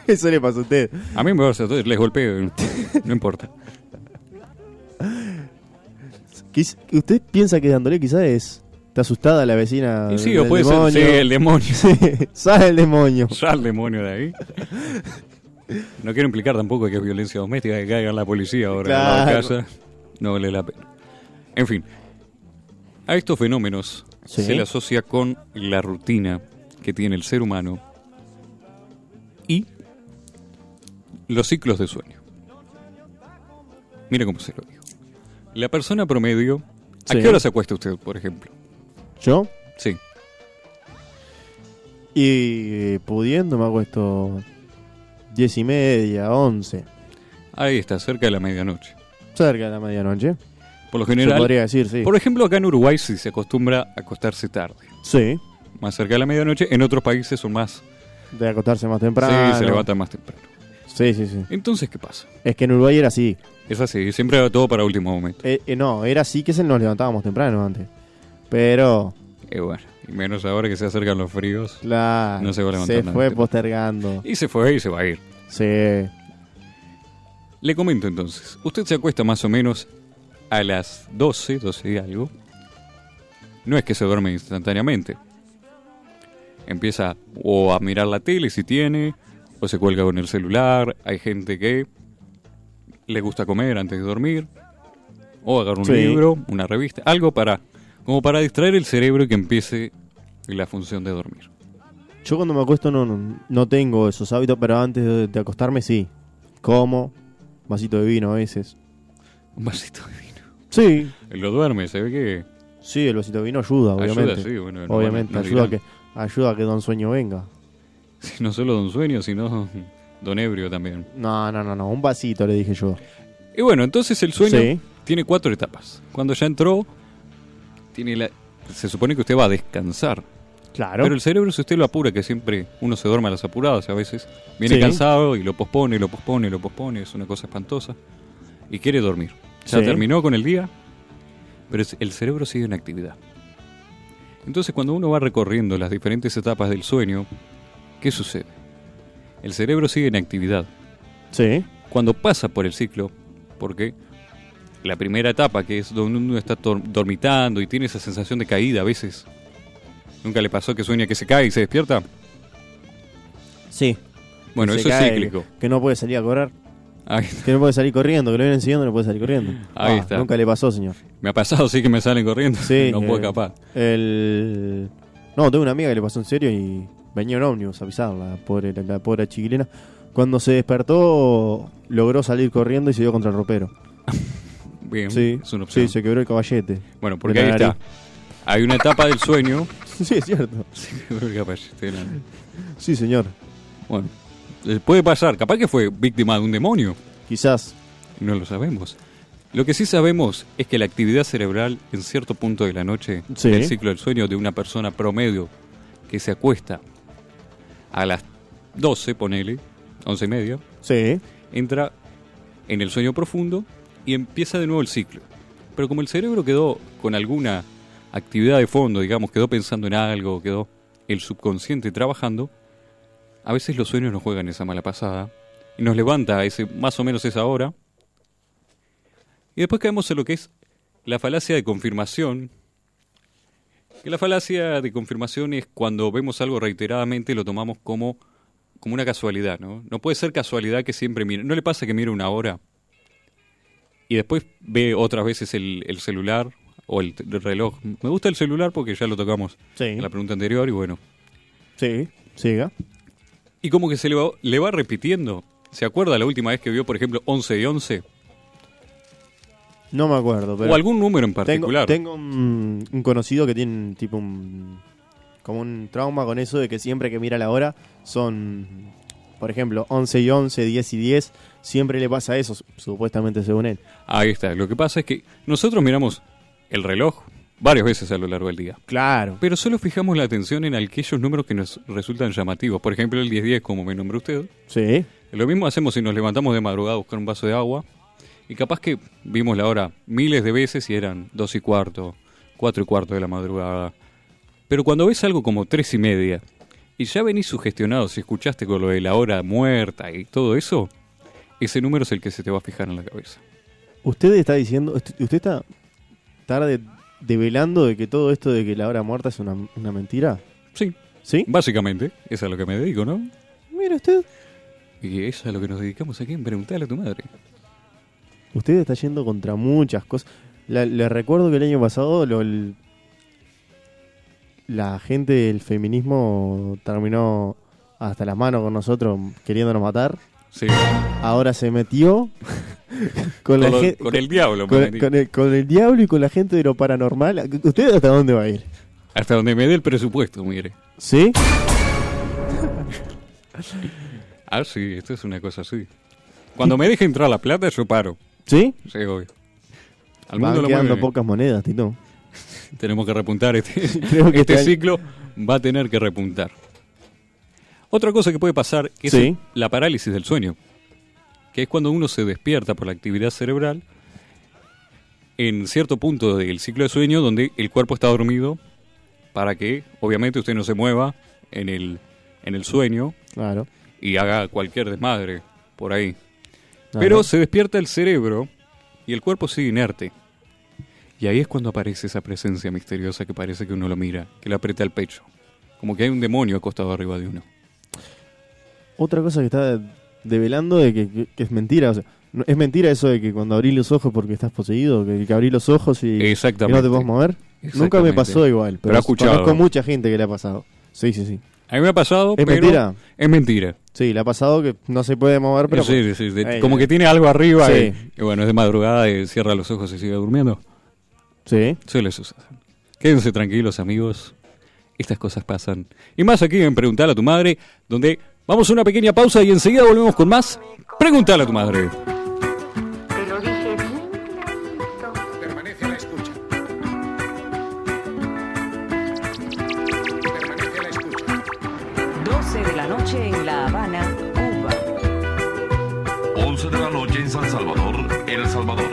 S2: Eso le pasó a usted.
S1: A mí me pasa, entonces les golpeo, no importa.
S2: Quiz- ¿Usted piensa que dándole quizás es... Está asustada la vecina.
S1: Y sí,
S2: del
S1: o puede ser
S2: Ah, demonio?
S1: sí, el demonio.
S2: Sale el demonio.
S1: Ya el demonio de ahí. No quiero implicar tampoco que es violencia doméstica, que caiga la policía ahora en la
S2: Claro.
S1: casa. No vale la pena. En fin, a estos fenómenos
S2: Sí.
S1: se le asocia con la rutina que tiene el ser humano y los ciclos de sueño. Mira cómo se lo digo. La persona promedio, ¿a
S2: Sí.
S1: qué hora se acuesta usted, por ejemplo?
S2: Yo.
S1: Sí.
S2: Y eh, pudiendo me hago esto... Diez y media, once.
S1: Ahí está, cerca de la medianoche.
S2: Cerca de la medianoche.
S1: Por lo
S2: Se
S1: general,
S2: podría decir, sí.
S1: Por ejemplo, acá en Uruguay sí se acostumbra a acostarse tarde,
S2: Sí.
S1: más cerca de la medianoche. En otros países son más.
S2: De acostarse más temprano.
S1: Sí, se levanta más temprano.
S2: Sí, sí, sí.
S1: Entonces, ¿qué pasa?
S2: Es que en Uruguay era así.
S1: Es así, siempre va todo para último momento.
S2: Eh, eh, no, era así que se nos levantábamos temprano antes. Pero...
S1: Y bueno, y menos ahora que se acercan los fríos.
S2: La,
S1: No se va a levantar
S2: se
S1: nada
S2: fue
S1: temprano.
S2: postergando.
S1: Y se fue y se va a ir.
S2: Sí.
S1: Le comento entonces. Usted se acuesta más o menos a las 12, 12 y algo. No es que se duerme instantáneamente. Empieza o a mirar la tele si tiene, o se cuelga con el celular. Hay gente que le gusta comer antes de dormir, o agarra un
S2: Sí.
S1: libro, una revista, algo para como para distraer el cerebro y que empiece la función de dormir.
S2: Yo cuando me acuesto no, no, no tengo esos hábitos, pero antes de, de acostarme sí. Como, vasito de vino a veces.
S1: Un vasito de vino.
S2: Sí.
S1: Lo duerme, se ve que
S2: Sí, el vasito de vino ayuda, obviamente.
S1: ayuda, sí, bueno, no-
S2: obviamente,
S1: no
S2: ayuda,
S1: dirán.
S2: que, ayuda a que Don Sueño venga.
S1: Sí, No solo Don Sueño, sino Don Ebrio también.
S2: No, no, no, no, un vasito le dije yo.
S1: Y bueno, entonces el sueño
S2: Sí.
S1: tiene cuatro etapas. Cuando ya entró, tiene la... se supone que usted va a descansar.
S2: Claro.
S1: Pero el cerebro, si usted lo apura, que siempre uno se duerme a las apuradas a veces, viene
S2: Sí.
S1: cansado y lo pospone, lo pospone, lo pospone, es una cosa espantosa, y quiere dormir. Ya
S2: Sí.
S1: terminó con el día, pero es- el cerebro sigue en actividad. Entonces, cuando uno va recorriendo las diferentes etapas del sueño, ¿qué sucede? El cerebro sigue en actividad,
S2: Sí,
S1: cuando pasa por el ciclo, porque la primera etapa, que es donde uno está tor- dormitando y tiene esa sensación de caída a veces, ¿nunca le pasó que sueña que se cae y se despierta?
S2: sí.
S1: Bueno,
S2: Se
S1: eso
S2: cae,
S1: es cíclico.
S2: Que no puede salir a correr,
S1: Ay,
S2: que no puede salir corriendo, que lo vienen enseñando, no puede salir corriendo.
S1: Ahí
S2: Ah,
S1: está.
S2: Nunca le pasó, señor.
S1: me ha pasado, sí que me salen corriendo.
S2: Sí,
S1: no puedo
S2: eh,
S1: escapar.
S2: El... No, tengo una amiga que le pasó en serio y venía en ómnibus a avisarla, la pobre, la, la pobre chiquilina. Cuando se despertó, logró salir corriendo y se dio contra el ropero.
S1: Bien,
S2: Sí,
S1: es una opción.
S2: sí se quebró el caballete.
S1: Bueno, porque
S2: de
S1: ahí
S2: la
S1: está.
S2: nariz.
S1: Hay una etapa del sueño.
S2: Sí, es cierto.
S1: Sí, capaz, estoy hablando.
S2: Sí, señor.
S1: bueno, Eh, Puede pasar, capaz que fue víctima de un demonio,
S2: Quizás.
S1: no lo sabemos. Lo que sí sabemos es que la actividad cerebral en cierto punto de la noche
S2: Sí.
S1: del ciclo del sueño de una persona promedio que se acuesta a las 12, ponele, 11 y media,
S2: Sí.
S1: entra en el sueño profundo y empieza de nuevo el ciclo. Pero como el cerebro quedó con alguna actividad de fondo, digamos, quedó pensando en algo, quedó el subconsciente trabajando, a veces los sueños nos juegan esa mala pasada y nos levanta a ese más o menos esa hora. Y después caemos en lo que es la falacia de confirmación. Que la falacia de confirmación es cuando vemos algo reiteradamente lo tomamos como como una casualidad, ¿no? No puede ser casualidad que siempre mire. ¿No le pasa que mire una hora y después ve otras veces el, el celular o el, t- el reloj? Me gusta el celular porque ya lo tocamos
S2: Sí.
S1: en la pregunta anterior y bueno.
S2: Sí. Siga.
S1: Y como que se le va, le va repitiendo. ¿Se acuerda la última vez que vio, por ejemplo, 11 de 11?
S2: No me acuerdo, pero.
S1: o algún número en particular.
S2: Tengo, tengo un, un conocido que tiene tipo un. como un trauma con eso de que siempre que mira la hora son. Por ejemplo, 11 y 11, 10 y 10. Siempre le pasa eso, supuestamente según él.
S1: Ahí está. Lo que pasa es que nosotros miramos el reloj varias veces a lo largo del día.
S2: Claro.
S1: Pero solo fijamos la atención en aquellos números que nos resultan llamativos. Por ejemplo, el 1010, como me nombró usted.
S2: Sí.
S1: Lo mismo hacemos si nos levantamos de madrugada a buscar un vaso de agua y capaz que vimos la hora miles de veces y eran dos y cuarto, cuatro y cuarto de la madrugada. Pero cuando ves algo como tres y media y ya venís sugestionado si escuchaste con lo de la hora muerta y todo eso, ese número es el que se te va a fijar en la cabeza.
S2: Usted está diciendo, ust- usted está tarde develando de que todo esto de que la hora muerta es una, una mentira.
S1: Sí,
S2: ¿Sí?
S1: básicamente, es a lo que me dedico, ¿no?
S2: Mire usted.
S1: Y es a lo que nos dedicamos aquí en Preguntarle a tu madre.
S2: Usted está yendo contra muchas cosas. La- le recuerdo que el año pasado lo- el- la gente del feminismo terminó hasta las manos con nosotros queriéndonos matar.
S1: Sí,
S2: Ahora se metió
S1: con,
S2: con, la
S1: lo-
S2: gen-
S1: con el diablo.
S2: con-
S1: me metí.
S2: con el- con el diablo y con la gente de lo paranormal. ¿Usted hasta dónde va a ir?
S1: Hasta donde me dé el presupuesto, mire.
S2: ¿Sí?
S1: Ah, sí, esto es una cosa así. Cuando me deje entrar la plata, yo paro.
S2: ¿Sí?
S1: Sí, obvio. Al
S2: Van
S1: mundo lo
S2: quedando
S1: mueve.
S2: pocas monedas, Tito.
S1: Tenemos que repuntar este,
S2: Creo que
S1: este
S2: este año-
S1: ciclo. Va a tener que repuntar. Otra cosa que puede pasar es
S2: Sí.
S1: la parálisis del sueño, que es cuando uno se despierta por la actividad cerebral en cierto punto del ciclo de sueño donde el cuerpo está dormido para que obviamente usted no se mueva en el, en el sueño
S2: Claro.
S1: y haga cualquier desmadre por ahí.
S2: Ajá.
S1: Pero se despierta el cerebro y el cuerpo sigue inerte. Y ahí es cuando aparece esa presencia misteriosa que parece que uno lo mira, que le aprieta el pecho. Como que hay un demonio acostado arriba de uno.
S2: Otra cosa que está develando de que, que- que es mentira. o sea, no- es mentira eso de que cuando abrís los ojos porque estás poseído, que, que abrís los ojos y, y
S1: Exactamente.
S2: no te podés mover. Nunca me
S1: Exactamente.
S2: pasó igual, pero,
S1: Pero ha escuchado.
S2: conozco mucha gente que le ha pasado. Sí, sí, sí.
S1: A mí me ha pasado,
S2: ¿Es
S1: pero
S2: mentira?
S1: es mentira.
S2: Sí, le ha pasado que no se puede mover, pero...
S1: Sí, sí, sí.
S2: Ey,
S1: como
S2: ey.
S1: que tiene algo arriba
S2: Sí.
S1: y, y bueno, es de madrugada y cierra los ojos y sigue durmiendo.
S2: Sí.
S1: Suele suceder. Quédense tranquilos, amigos. Estas cosas pasan. Y más aquí en Preguntar a tu madre, donde vamos a una pequeña pausa y enseguida volvemos con más Preguntar a tu madre.
S3: Te lo dije bien clarito.
S4: Permanece a la escucha. Permanece a la escucha.
S5: 12 de la noche en La Habana, Cuba.
S6: 11 de la noche en San Salvador, El Salvador.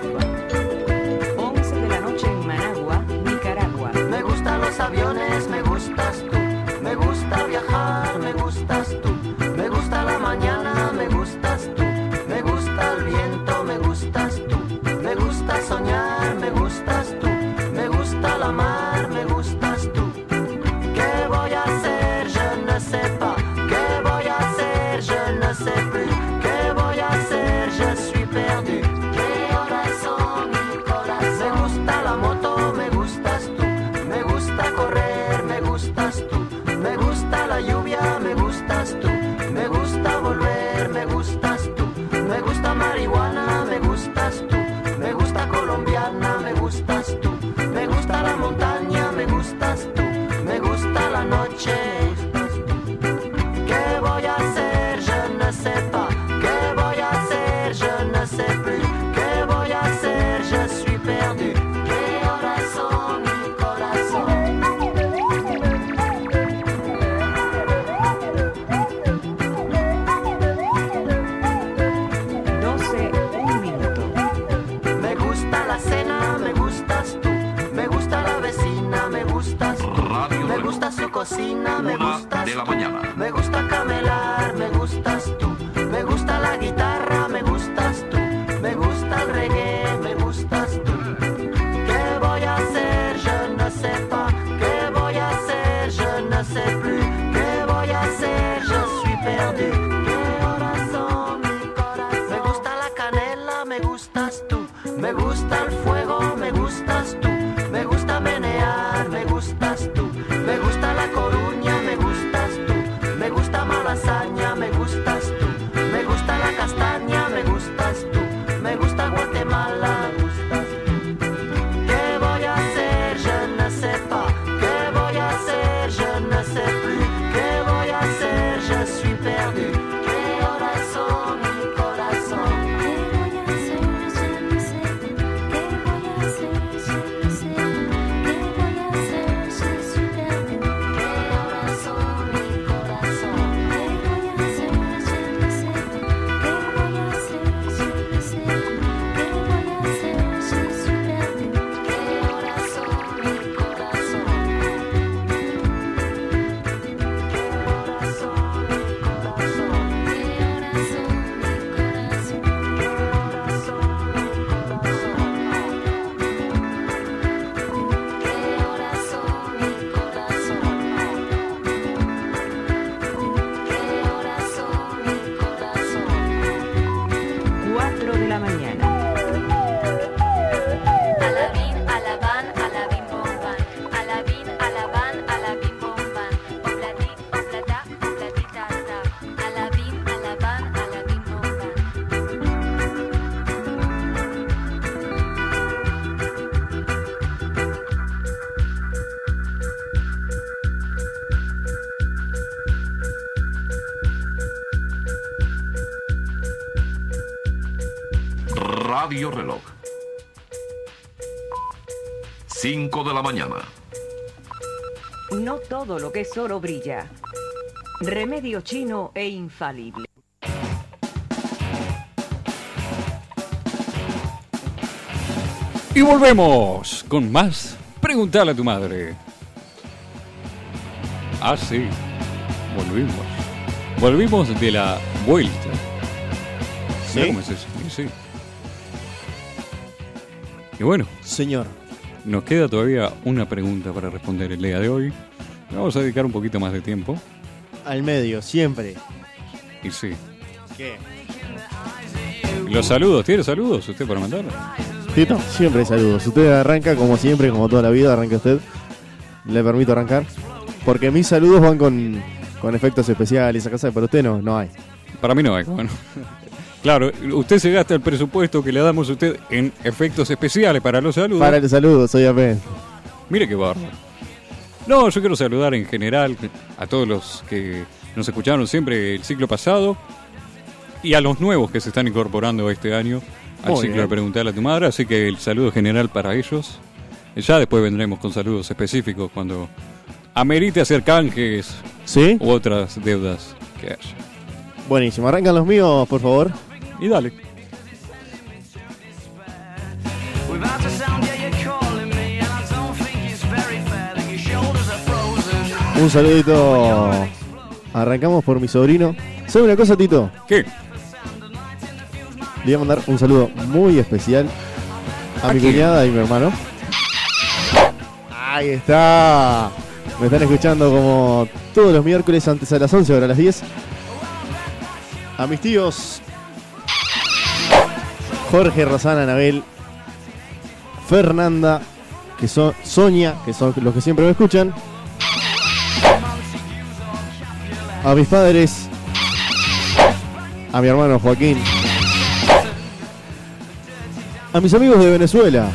S5: 11 de la noche en Managua, Nicaragua.
S7: Me gustan los aviones, me gustas tú. Me gusta viajar, me gustas tú. Me gusta la mañana, me gustas tú. Me gusta el viento, me gustas tú. Me gusta soñar, me gustas tú. Me gusta la mar, me gustas tú. ¿Qué voy a hacer? Je ne sais pas. ¿Qué voy a hacer? Je ne sais plus. ¿Qué voy a hacer? Je suis perdu. ¿Qué corazón, mi corazón? Me gusta la moto, me gustas tú. Me gusta correr, me
S6: Radio Reloj. 5 de la mañana.
S5: No todo lo que es oro brilla. Remedio chino e infalible.
S1: Y volvemos con más Preguntale a tu madre. Ah, sí. Volvimos. Volvimos de la vuelta. Mirá
S2: ¿Sí?
S1: cómo es eso. Y sí. Y bueno,
S2: Señor.
S1: nos queda todavía una pregunta para responder el día de hoy. Le Vamos a dedicar un poquito más de tiempo.
S2: Al medio, siempre.
S1: Y sí.
S2: ¿Qué?
S1: Los saludos, ¿tiene saludos usted para mandar?
S2: Tito, siempre saludos. Usted arranca como siempre, como toda la vida, arranca usted. Le permito arrancar. Porque mis saludos van con, con efectos especiales, esa cosa, pero usted no, no hay.
S1: Para mí no hay, bueno. Claro, usted se gasta el presupuesto que le damos a usted en efectos especiales para los saludos.
S2: Para el saludo, soy Amén.
S1: Mire qué bárbaro. No, yo quiero saludar en general a todos los que nos escucharon siempre el ciclo pasado y a los nuevos que se están incorporando este año al
S2: Muy
S1: ciclo
S2: bien.
S1: de Preguntarle a tu madre. Así que el saludo general para ellos. Ya después vendremos con saludos específicos cuando amerite hacer canjes
S2: ¿Sí?
S1: u otras deudas que haya.
S2: Buenísimo. Arrancan los míos, por favor.
S1: Y dale.
S2: Un saludito. Arrancamos por mi sobrino. ¿Sabe una cosa, Tito?
S1: ¿Qué?
S2: Le voy a mandar un saludo muy especial a,
S1: ¿A
S2: mi
S1: quién?
S2: cuñada y mi hermano. Ahí está. Me están escuchando como todos los miércoles antes a las 11, ahora a las 10. A mis tíos Jorge, Rosana, Anabel, Fernanda, que son Sonia, que son los que siempre me escuchan. A mis padres, a mi hermano Joaquín, a mis amigos de Venezuela,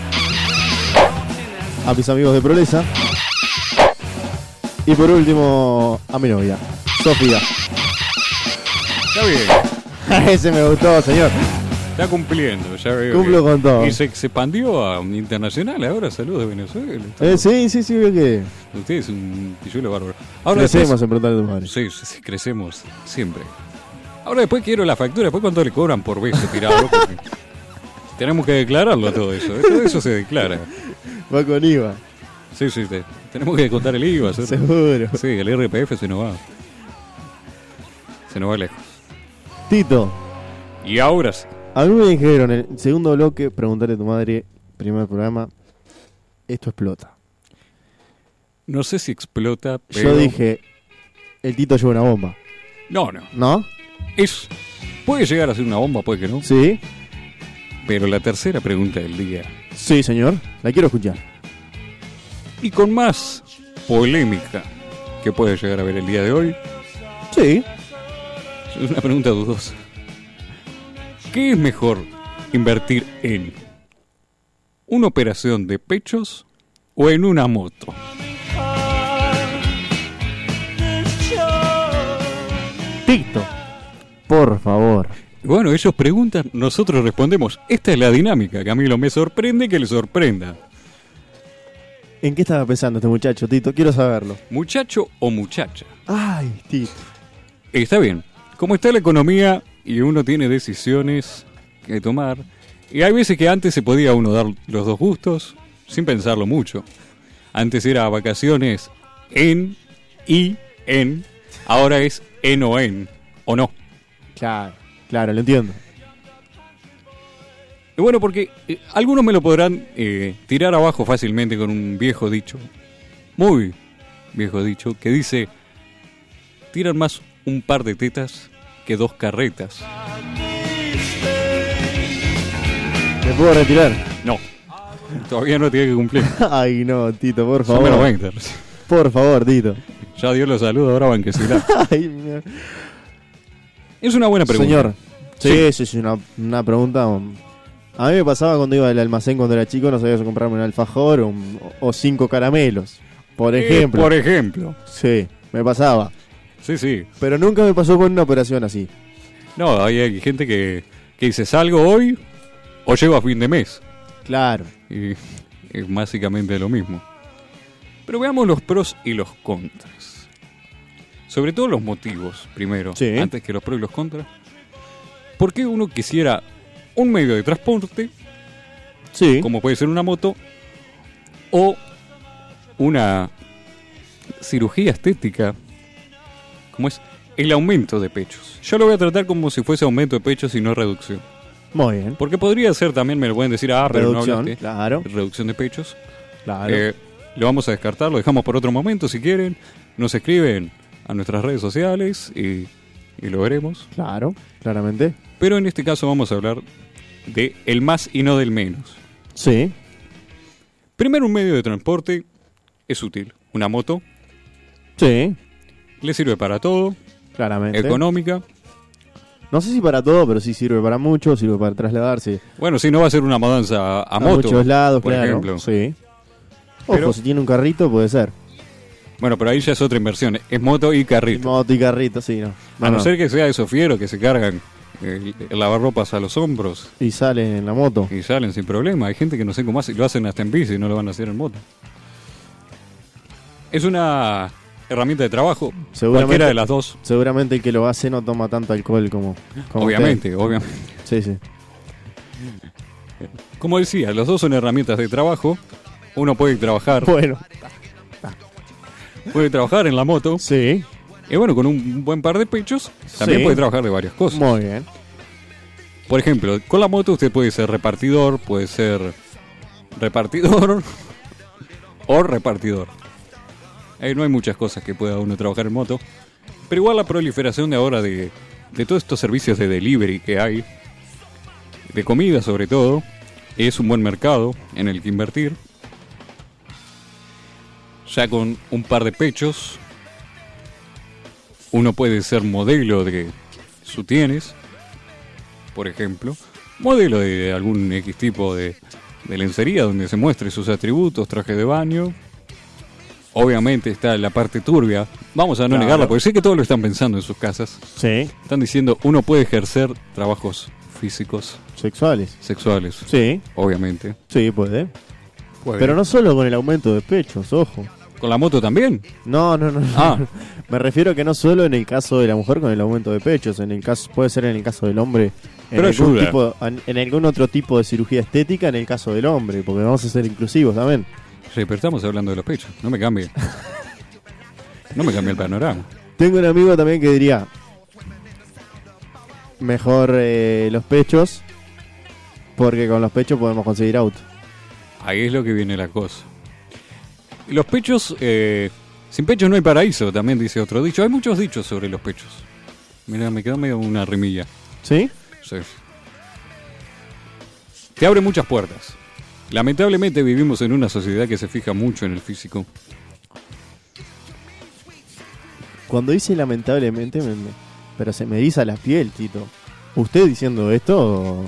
S2: a mis amigos de Proleza y por último a mi novia, Sofía.
S1: Está bien.
S2: Ese me gustó, señor.
S1: Está cumpliendo, ya veo.
S2: Cumplo
S1: que-
S2: con todo.
S1: Y se se expandió a un internacional ahora, saludos de Venezuela.
S2: Eh, sí, sí, sí, veo que
S1: Usted es un pilluelo bárbaro. Ahora
S2: crecemos
S1: después-
S2: en preguntarle a tu madre.
S1: Sí, sí, sí, crecemos siempre. Ahora después quiero la factura, después cuánto le cobran por beso tirado. Porque tenemos que declararlo todo eso. ¿eh? Todo eso se declara.
S2: Va con IVA,
S1: Sí, sí, te- tenemos que contar el IVA. hacer-
S2: seguro.
S1: Sí, el RPF se nos va. Se nos va lejos.
S2: Tito,
S1: Y ahora sí.
S2: a mí me dijeron en el segundo bloque, preguntarle a tu madre, primer programa, esto explota.
S1: No sé si explota, pero.
S2: Yo dije, el Tito lleva una bomba,
S1: No, no.
S2: ¿no?
S1: Es. Puede llegar a ser una bomba, puede que no.
S2: Sí,
S1: Pero la tercera pregunta del día.
S2: sí, señor, la quiero escuchar.
S1: Y con más polémica que puede llegar a ver el día de hoy.
S2: Sí,
S1: Es una pregunta dudosa. ¿Qué es mejor invertir en una operación de pechos o en una moto?
S2: Tito, por favor.
S1: Bueno, ellos preguntan, nosotros respondemos. Esta es la dinámica, Camilo. Me sorprende que le sorprenda.
S2: ¿En qué estaba pensando este muchacho, Tito? Quiero saberlo.
S1: Muchacho o muchacha.
S2: Ay, Tito.
S1: Está bien. Como está la economía y uno tiene decisiones que tomar, y hay veces que antes se podía uno dar los dos gustos sin pensarlo mucho. Antes era vacaciones en y en, ahora es en o en, o no.
S2: Claro, claro, lo entiendo.
S1: Y bueno, porque eh, algunos me lo podrán eh, tirar abajo fácilmente con un viejo dicho, muy viejo dicho, que dice, tiran más un par de tetas que dos carretas.
S2: ¿Me puedo retirar?
S1: No. Todavía no tiene que cumplir.
S2: Ay, no, Tito, por
S1: Son menos
S2: favor.
S1: 20.
S2: Por favor, Tito.
S1: Ya dio los saludos, ahora banquecila.
S2: Ay, mi-
S1: Es una buena pregunta.
S2: Señor. Sí,
S1: Sí.
S2: eso es una, una pregunta. um, A mí me pasaba cuando iba al almacén cuando era chico, no sabía si comprarme un alfajor o, un- o cinco caramelos. Por e-
S1: Eh,
S2: ejemplo.
S1: por ejemplo.
S2: Sí, me pasaba.
S1: Sí, sí.
S2: Pero nunca me pasó con una operación así.
S1: No, hay, hay gente que, que dice, salgo hoy O llego a fin de mes.
S2: Claro.
S1: Y es básicamente lo mismo. Pero veamos los pros y los contras. Sobre todo los motivos, primero,
S2: Sí.
S1: antes que los pros y los contras. ¿Por qué uno quisiera un medio de transporte,
S2: Sí.
S1: como puede ser una moto, o una cirugía estética, como es el aumento de pechos? Yo lo voy a tratar como si fuese aumento de pechos y no reducción.
S2: Muy bien.
S1: Porque podría ser también, me lo pueden decir, ah, pero no
S2: Reducción,
S1: hablaste.
S2: claro.
S1: Reducción de pechos.
S2: Claro.
S1: Eh, lo vamos a descartar, lo dejamos por otro momento si quieren. Nos escriben a nuestras redes sociales y, y lo veremos.
S2: Claro. Claramente.
S1: Pero en este caso vamos a hablar de el más y no del menos.
S2: Sí.
S1: Primero, un medio de transporte es útil. Una moto
S2: Sí.
S1: le sirve para todo,
S2: Claramente.
S1: económica.
S2: No sé si para todo, pero sí sirve para mucho, sirve para trasladarse
S1: Bueno, si no va a ser una mudanza a, a moto,
S2: muchos lados,
S1: por
S2: claro.
S1: ejemplo.
S2: Sí. Ojo,
S1: Pero-
S2: si tiene un carrito, puede ser.
S1: Bueno, pero ahí ya es otra inversión. Es moto y carrito.
S2: Moto y carrito, sí, no. No,
S1: a no,
S2: no.
S1: ser que sea de esos fieros que se cargan el, el lavarropas a los hombros
S2: Y sale en la moto.
S1: y salen sin problema. Hay gente que no sé cómo hace, lo hacen hasta en bici y no lo van a hacer en moto. Es una herramienta de trabajo,
S2: Seguramente-
S1: cualquiera de las dos.
S2: Seguramente el que lo hace no toma tanto alcohol como. como
S1: Obviamente, obviamente.
S2: usted. Sí, sí.
S1: Como decía, los dos son herramientas de trabajo. Uno puede trabajar,
S2: Bueno,
S1: puede trabajar en la moto.
S2: sí.
S1: Y bueno, con un buen par de pechos, también
S2: Sí.
S1: puede trabajar de varias cosas.
S2: Muy bien.
S1: Por ejemplo, con la moto usted puede ser repartidor, puede ser repartidor o repartidor. Eh, no hay muchas cosas que pueda uno trabajar en moto. Pero igual la proliferación de ahora de, de todos estos servicios de delivery que hay, de comida sobre todo, es un buen mercado en el que invertir. Ya con un par de pechos, uno puede ser modelo de su tienes por ejemplo, modelo de algún X tipo de, de lencería donde se muestre sus atributos, traje de baño. Obviamente está la parte turbia. Vamos a no
S2: Claro.
S1: negarla, porque sé que todos lo están pensando en sus casas.
S2: Sí.
S1: Están diciendo, uno puede ejercer trabajos físicos,
S2: Sexuales.
S1: sexuales,
S2: Sí,
S1: obviamente.
S2: sí, puede. Pero no solo con el aumento de pechos, ojo.
S1: ¿Con la moto también?
S2: No, no, no. no.
S1: Ah.
S2: Me refiero que no solo en el caso de la mujer con el aumento de pechos, en el caso puede ser en el caso del hombre, en,
S1: Pero
S2: algún,
S1: ayuda.
S2: tipo- en, en algún otro tipo de cirugía estética, en el caso del hombre, porque vamos a ser inclusivos también.
S1: Sí, pero estamos hablando de los pechos. No me cambie. No me cambie el panorama.
S2: Tengo un amigo también que diría, mejor eh, los pechos, porque con los pechos podemos conseguir auto.
S1: Ahí es lo que viene la cosa. Y Los pechos, eh, sin pechos no hay paraíso, también dice otro dicho. Hay muchos dichos sobre los pechos. Mira, me quedó medio una remilla.
S2: ¿Sí?
S1: Sí. Te abre muchas puertas. Lamentablemente vivimos en una sociedad que se fija mucho en el físico.
S2: Cuando dice lamentablemente, me- me- pero se me eriza la piel, Tito. Usted diciendo esto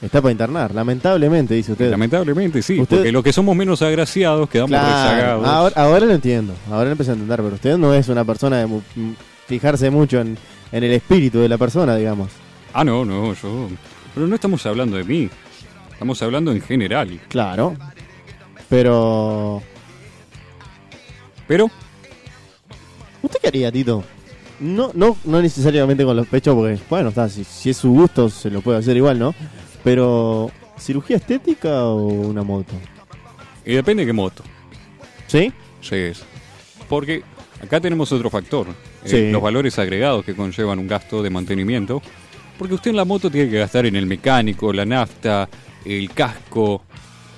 S2: está para internar, lamentablemente, dice usted.
S1: Lamentablemente sí,
S2: Eh, Usted-
S1: porque los que somos menos agraciados quedamos
S2: Claro,
S1: rezagados.
S2: ahora, ahora lo entiendo, ahora lo empecé a entender, pero usted no es una persona de mu- m- fijarse mucho en, en el espíritu de la persona, digamos.
S1: Ah, no, no, yo. Pero no estamos hablando de mí. Estamos hablando en general.
S2: Claro. Pero...
S1: Pero
S2: ¿Usted qué haría, Tito? No, no, no necesariamente con los pechos, porque, bueno, está, si, si es su gusto, se lo puede hacer igual, ¿no? Pero, ¿cirugía estética o una moto?
S1: Y eh, depende de qué moto.
S2: ¿Sí?
S1: Sí, es. Porque acá tenemos otro factor. eh,
S2: Sí.
S1: los valores agregados que conllevan un gasto de mantenimiento. Porque usted en la moto tiene que gastar en el mecánico, la nafta, el casco,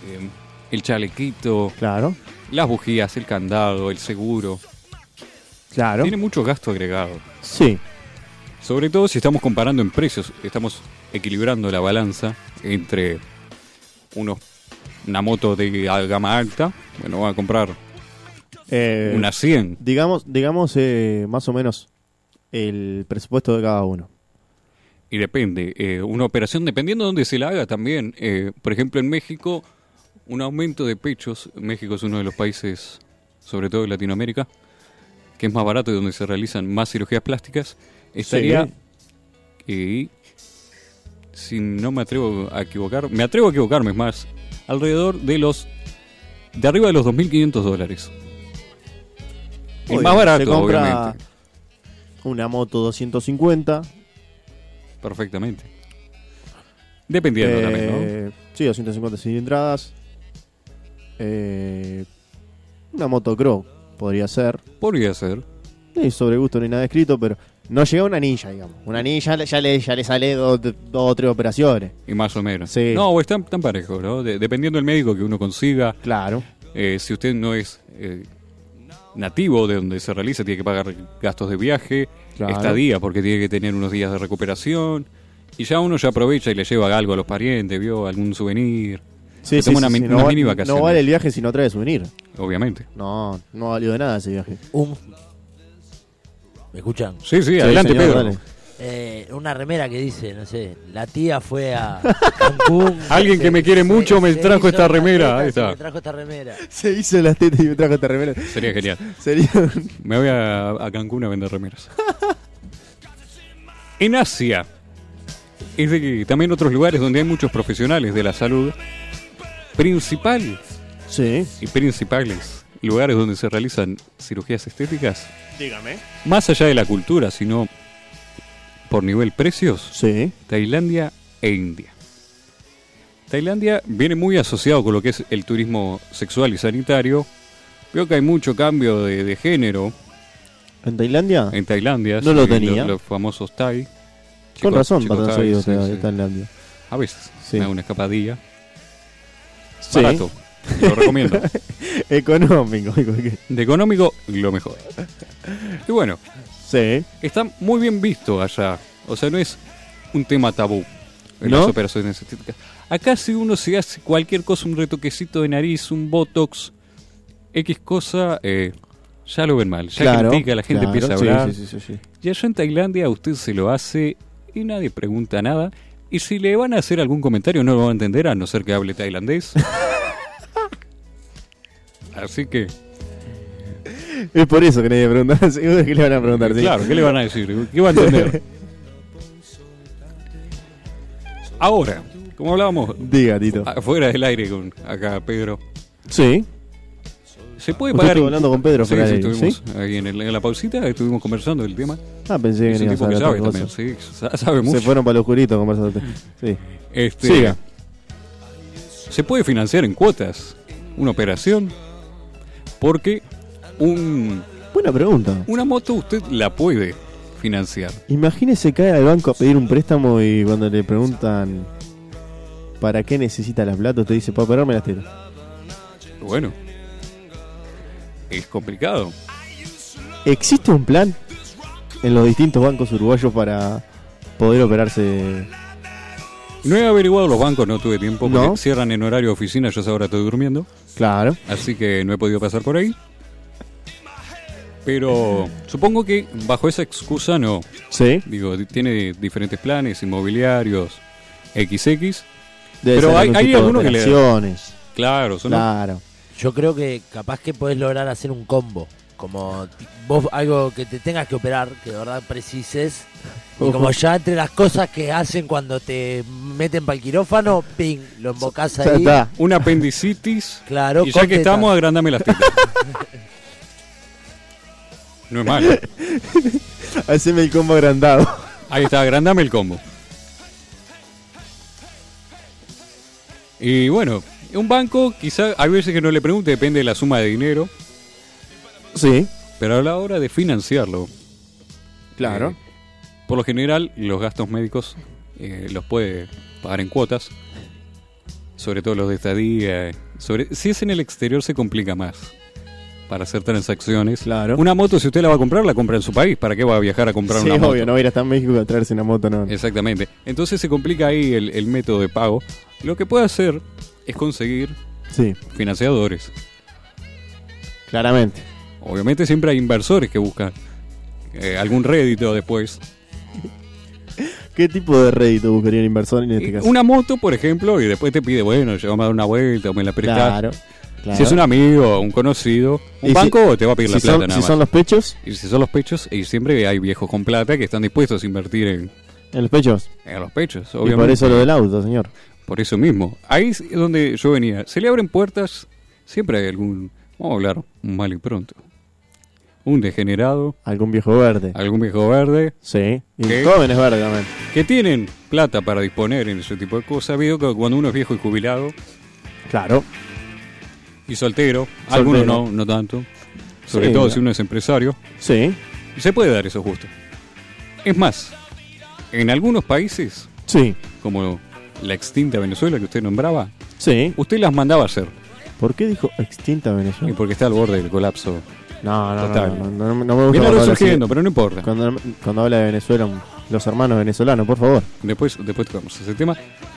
S1: eh, el chalequito,
S2: Claro,
S1: las bujías, el candado, el seguro.
S2: claro.
S1: Tiene mucho gasto agregado.
S2: Sí,
S1: Sobre todo si estamos comparando en precios, estamos equilibrando la balanza entre unos, una moto de gama alta, bueno, va a comprar
S2: eh,
S1: una 100,
S2: digamos, digamos eh, más o menos el presupuesto de cada uno.
S1: Y depende, eh, una operación, dependiendo de dónde se la haga también. eh, por ejemplo, en México, un aumento de pechos, México es uno de los países, sobre todo de Latinoamérica, que es más barato y donde se realizan más cirugías plásticas, estaría... Y si no me atrevo a equivocar, me atrevo a equivocarme es más, alrededor de los, de arriba de los 2.500 dólares. El
S2: Obvio,
S1: más barato,
S2: se compra
S1: obviamente.
S2: Una moto 250.
S1: Perfectamente. Dependiendo también, ¿no?
S2: eh, Sí, 250 cilindradas. Eh, una motocross podría ser.
S1: Podría ser.
S2: Sí, sobre gusto no hay nada escrito, pero no llega una ninja, digamos. Una ninja le- ya le, ya le sale dos dos o tres operaciones.
S1: Y más o menos.
S2: Sí.
S1: No, o están tan parejos, ¿no? De- dependiendo del médico que uno consiga.
S2: Claro.
S1: eh, si usted no es eh, nativo de donde se realiza, tiene que pagar gastos de viaje,
S2: Claro.
S1: estadía, porque tiene que tener unos días de recuperación. Y ya uno ya aprovecha y le lleva algo a los parientes, vio algún souvenir. Se toma una min-
S2: no,
S1: unas
S2: va-
S1: mini
S2: no
S1: vacaciones.
S2: vale el viaje si no trae souvenir.
S1: Obviamente.
S2: No, no valió de nada ese viaje.
S8: Un... ¿Me escuchan?
S1: Sí, sí,
S2: Sí,
S1: adelante,
S2: señor,
S1: Pedro.
S2: dale.
S8: Eh, una remera que dice, no sé, la tía fue a Cancún.
S1: Alguien que me quiere mucho me trajo
S8: hizo
S1: esta
S8: las
S1: remera,
S8: tetas
S1: ahí
S8: y
S1: está.
S8: Me trajo esta remera.
S2: Se hizo las tetas y me trajo esta remera.
S1: Sería genial.
S2: Sería.
S1: Me voy a, a Cancún a vender remeras. en Asia. Es de que también otros lugares donde hay muchos profesionales de la salud. Principal
S2: Sí.
S1: y principales lugares donde se realizan cirugías estéticas. Dígame. Más allá de la cultura, sino por nivel precios,
S2: Sí.
S1: Tailandia e India. Tailandia viene muy asociado con lo que es el turismo sexual y sanitario. Veo que hay mucho cambio de- de género
S2: ¿En Tailandia?
S1: en Tailandia.
S2: No lo
S1: sí,
S2: tenía.
S1: Los, famosos Thai.
S2: Con
S1: Chicos-
S2: razón,
S1: chicos
S2: pasan
S1: Thai,
S2: seguidos
S1: sí,
S2: a
S1: sí.
S2: Tailandia.
S1: A veces,
S2: Sí.
S1: me hago una escapadilla.
S2: Sí.
S1: Barato, lo recomiendo.
S2: Económico. porque-
S1: De económico, lo mejor. Y bueno,
S2: Sí.
S1: está muy bien visto allá. O sea, no es un tema tabú en
S2: ¿No?
S1: las operaciones estéticas. Acá si uno se hace cualquier cosa, un retoquecito de nariz, un botox, X cosa, eh, ya lo ven mal. Ya critica, la gente
S2: claro,
S1: empieza a
S2: sí,
S1: hablar.
S2: Sí, sí, sí, sí.
S1: Y allá en Tailandia usted se lo hace y nadie pregunta nada. Y si le van a hacer algún comentario no lo va a entender a no ser que hable tailandés. Así que,
S2: Es por eso que nadie pregunta. Seguro que le van a preguntar. sí.
S1: claro, ¿qué le van a decir? ¿Qué va a entender? Ahora, como hablábamos
S2: Diga, Tito.
S1: afuera del aire con acá Pedro,
S2: Sí.
S1: se puede
S2: Usted
S1: pagar...
S2: estuvo hablando con Pedro
S1: Sí,
S2: fuera
S1: sí,
S2: del aire,
S1: estuvimos ahí en, el- en la pausita, estuvimos conversando del tema.
S2: Ah, pensé que
S1: Es un
S2: venías
S1: tipo
S2: a
S1: que
S2: hablar
S1: sabe
S2: de
S1: también,
S2: cosas.
S1: sí, sa- sabe mucho.
S2: Se fueron para los juritos conversándote. Sí.
S1: Este,
S2: Siga.
S1: se puede financiar en cuotas una operación porque un-
S2: Buena pregunta.
S1: una moto usted la puede financiar.
S2: Imagínese caer al banco a pedir un préstamo y cuando le preguntan para qué necesita las plata, te dice, para operarme las tetas.
S1: Bueno, es complicado.
S2: ¿Existe un plan en los distintos bancos uruguayos para poder operarse?
S1: No he averiguado los bancos, no tuve tiempo porque
S2: No.
S1: cierran en horario de oficina, yo ahora estoy durmiendo,
S2: Claro.
S1: así que no he podido pasar por ahí. Pero supongo que bajo esa excusa no.
S2: Sí.
S1: Digo, tiene diferentes planes, inmobiliarios, XX.
S2: Debe
S1: Pero
S2: ser
S1: hay-
S2: algún
S1: hay
S2: tipo de
S1: alguno que le-
S2: operaciones.
S1: Claro, son
S2: Claro.
S8: Yo creo que capaz que podés lograr hacer un combo. Como ti- vos algo que te tengas que operar, que de verdad precises. Y
S2: Ojo.
S8: como ya entre las cosas que hacen cuando te meten para el quirófano, ping, lo embocás
S2: Ya
S8: ahí.
S2: está.
S1: una apendicitis.
S8: Claro,
S1: Y ya
S8: con
S1: que
S8: tetas.
S1: estamos, agrandame las tetas. No es malo.
S2: Haceme el combo agrandado.
S1: Ahí está, agrandame el combo. Y bueno, un banco quizá hay veces que no le pregunte, depende de la suma de dinero,
S2: Sí.
S1: pero a la hora de financiarlo,
S2: Claro.
S1: eh, por lo general los gastos médicos eh, los puede pagar en cuotas, sobre todo los de estadía. eh, Sobre, si es en el exterior se complica más para hacer transacciones.
S2: Claro.
S1: Una moto si usted la va a comprar, la compra en su país, ¿para qué va a viajar a comprar
S2: sí,
S1: una moto?
S2: obvio, no va a ir hasta México a traerse una moto, no.
S1: Exactamente. Entonces se complica ahí el, el método de pago. Lo que puede hacer es conseguir
S2: Sí,
S1: financiadores.
S2: claramente.
S1: Obviamente siempre hay inversores que buscan eh, algún rédito después.
S2: ¿Qué tipo de rédito buscaría el inversor en este caso?
S1: Una moto, por ejemplo, y después te pide, bueno, yo me a dar una vuelta o me la prestas.
S2: Claro, claro.
S1: Si es un amigo, un conocido,
S2: Y
S1: un
S2: si-
S1: banco te va a pedir la
S2: si
S1: plata
S2: son,
S1: nada
S2: si
S1: más.
S2: son los pechos,
S1: Y si son los pechos, y siempre hay viejos con plata que están dispuestos a invertir en,
S2: En los pechos.
S1: En los pechos,
S2: Y
S1: obviamente.
S2: por eso lo del auto, señor.
S1: Por eso mismo. Ahí es donde yo venía. Se le abren puertas, siempre hay algún, vamos a hablar mal y pronto. Un degenerado,
S2: Algún viejo verde.
S1: algún viejo verde,
S2: Sí. Y
S1: ¿Qué?
S2: jóvenes verdes también.
S1: que tienen plata para disponer en ese tipo de cosas. Veo que cuando uno es viejo y jubilado
S2: Claro.
S1: y soltero, algunos
S2: Soltero.
S1: no, no tanto, sobre
S2: Sí,
S1: todo
S2: mira.
S1: si uno es empresario,
S2: Sí.
S1: se puede dar esos gustos. Es más, en algunos países,
S2: Sí.
S1: como la extinta Venezuela que usted nombraba,
S2: Sí.
S1: usted las mandaba hacer.
S2: ¿Por qué dijo extinta
S1: Y
S2: Venezuela?
S1: porque está al borde del colapso.
S2: No, no, no,
S1: Total.
S2: no, no, no, no me gusta
S1: Viene
S2: cuando habla,
S1: surgiendo,
S2: así.
S1: pero no importa.
S2: cuando, cuando habla de Venezuela, un- los hermanos venezolanos, por favor.
S1: Después, después tocamos ese tema.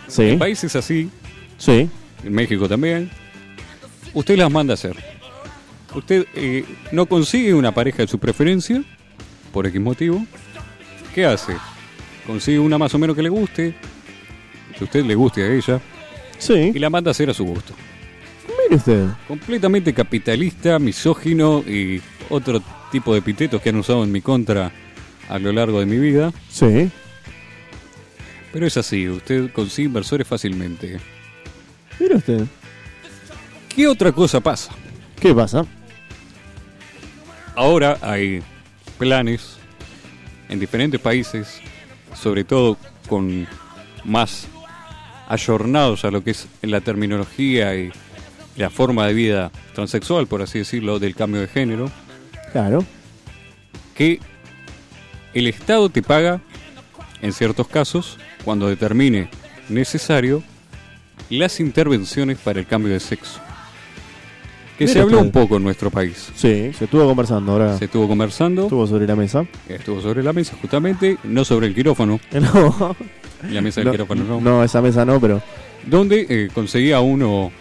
S2: Sí,
S1: En países así,
S2: sí,
S1: en México también, usted las manda a hacer. Usted eh, no consigue una pareja de su preferencia, por X motivo. ¿Qué hace? Consigue una más o menos que le guste, que a usted le guste a ella,
S2: sí.
S1: y la manda a hacer a su gusto.
S2: Mire usted.
S1: Completamente capitalista, misógino y otro tipo de epitetos que han usado en mi contra a lo largo de mi vida.
S2: Sí,
S1: Pero es así, usted consigue inversores fácilmente.
S2: mire usted.
S1: ¿Qué otra cosa pasa?
S2: ¿Qué pasa?
S1: Ahora hay planes en diferentes países, sobre todo con más ayornados a lo que es la terminología y la forma de vida transexual, por así decirlo, del cambio de género,
S2: Claro.
S1: que el Estado te paga, en ciertos casos, cuando determine necesario, las intervenciones para el cambio de sexo. Que se
S2: Mira
S1: habló
S2: usted.
S1: un poco en nuestro país.
S2: Sí, se estuvo conversando ahora.
S1: Se estuvo conversando.
S2: Estuvo sobre la mesa.
S1: Estuvo sobre la mesa, justamente, no sobre el quirófano,
S2: No,
S1: la mesa del
S2: no,
S1: quirófano, no.
S2: no, esa mesa no, pero
S1: Donde eh, conseguía uno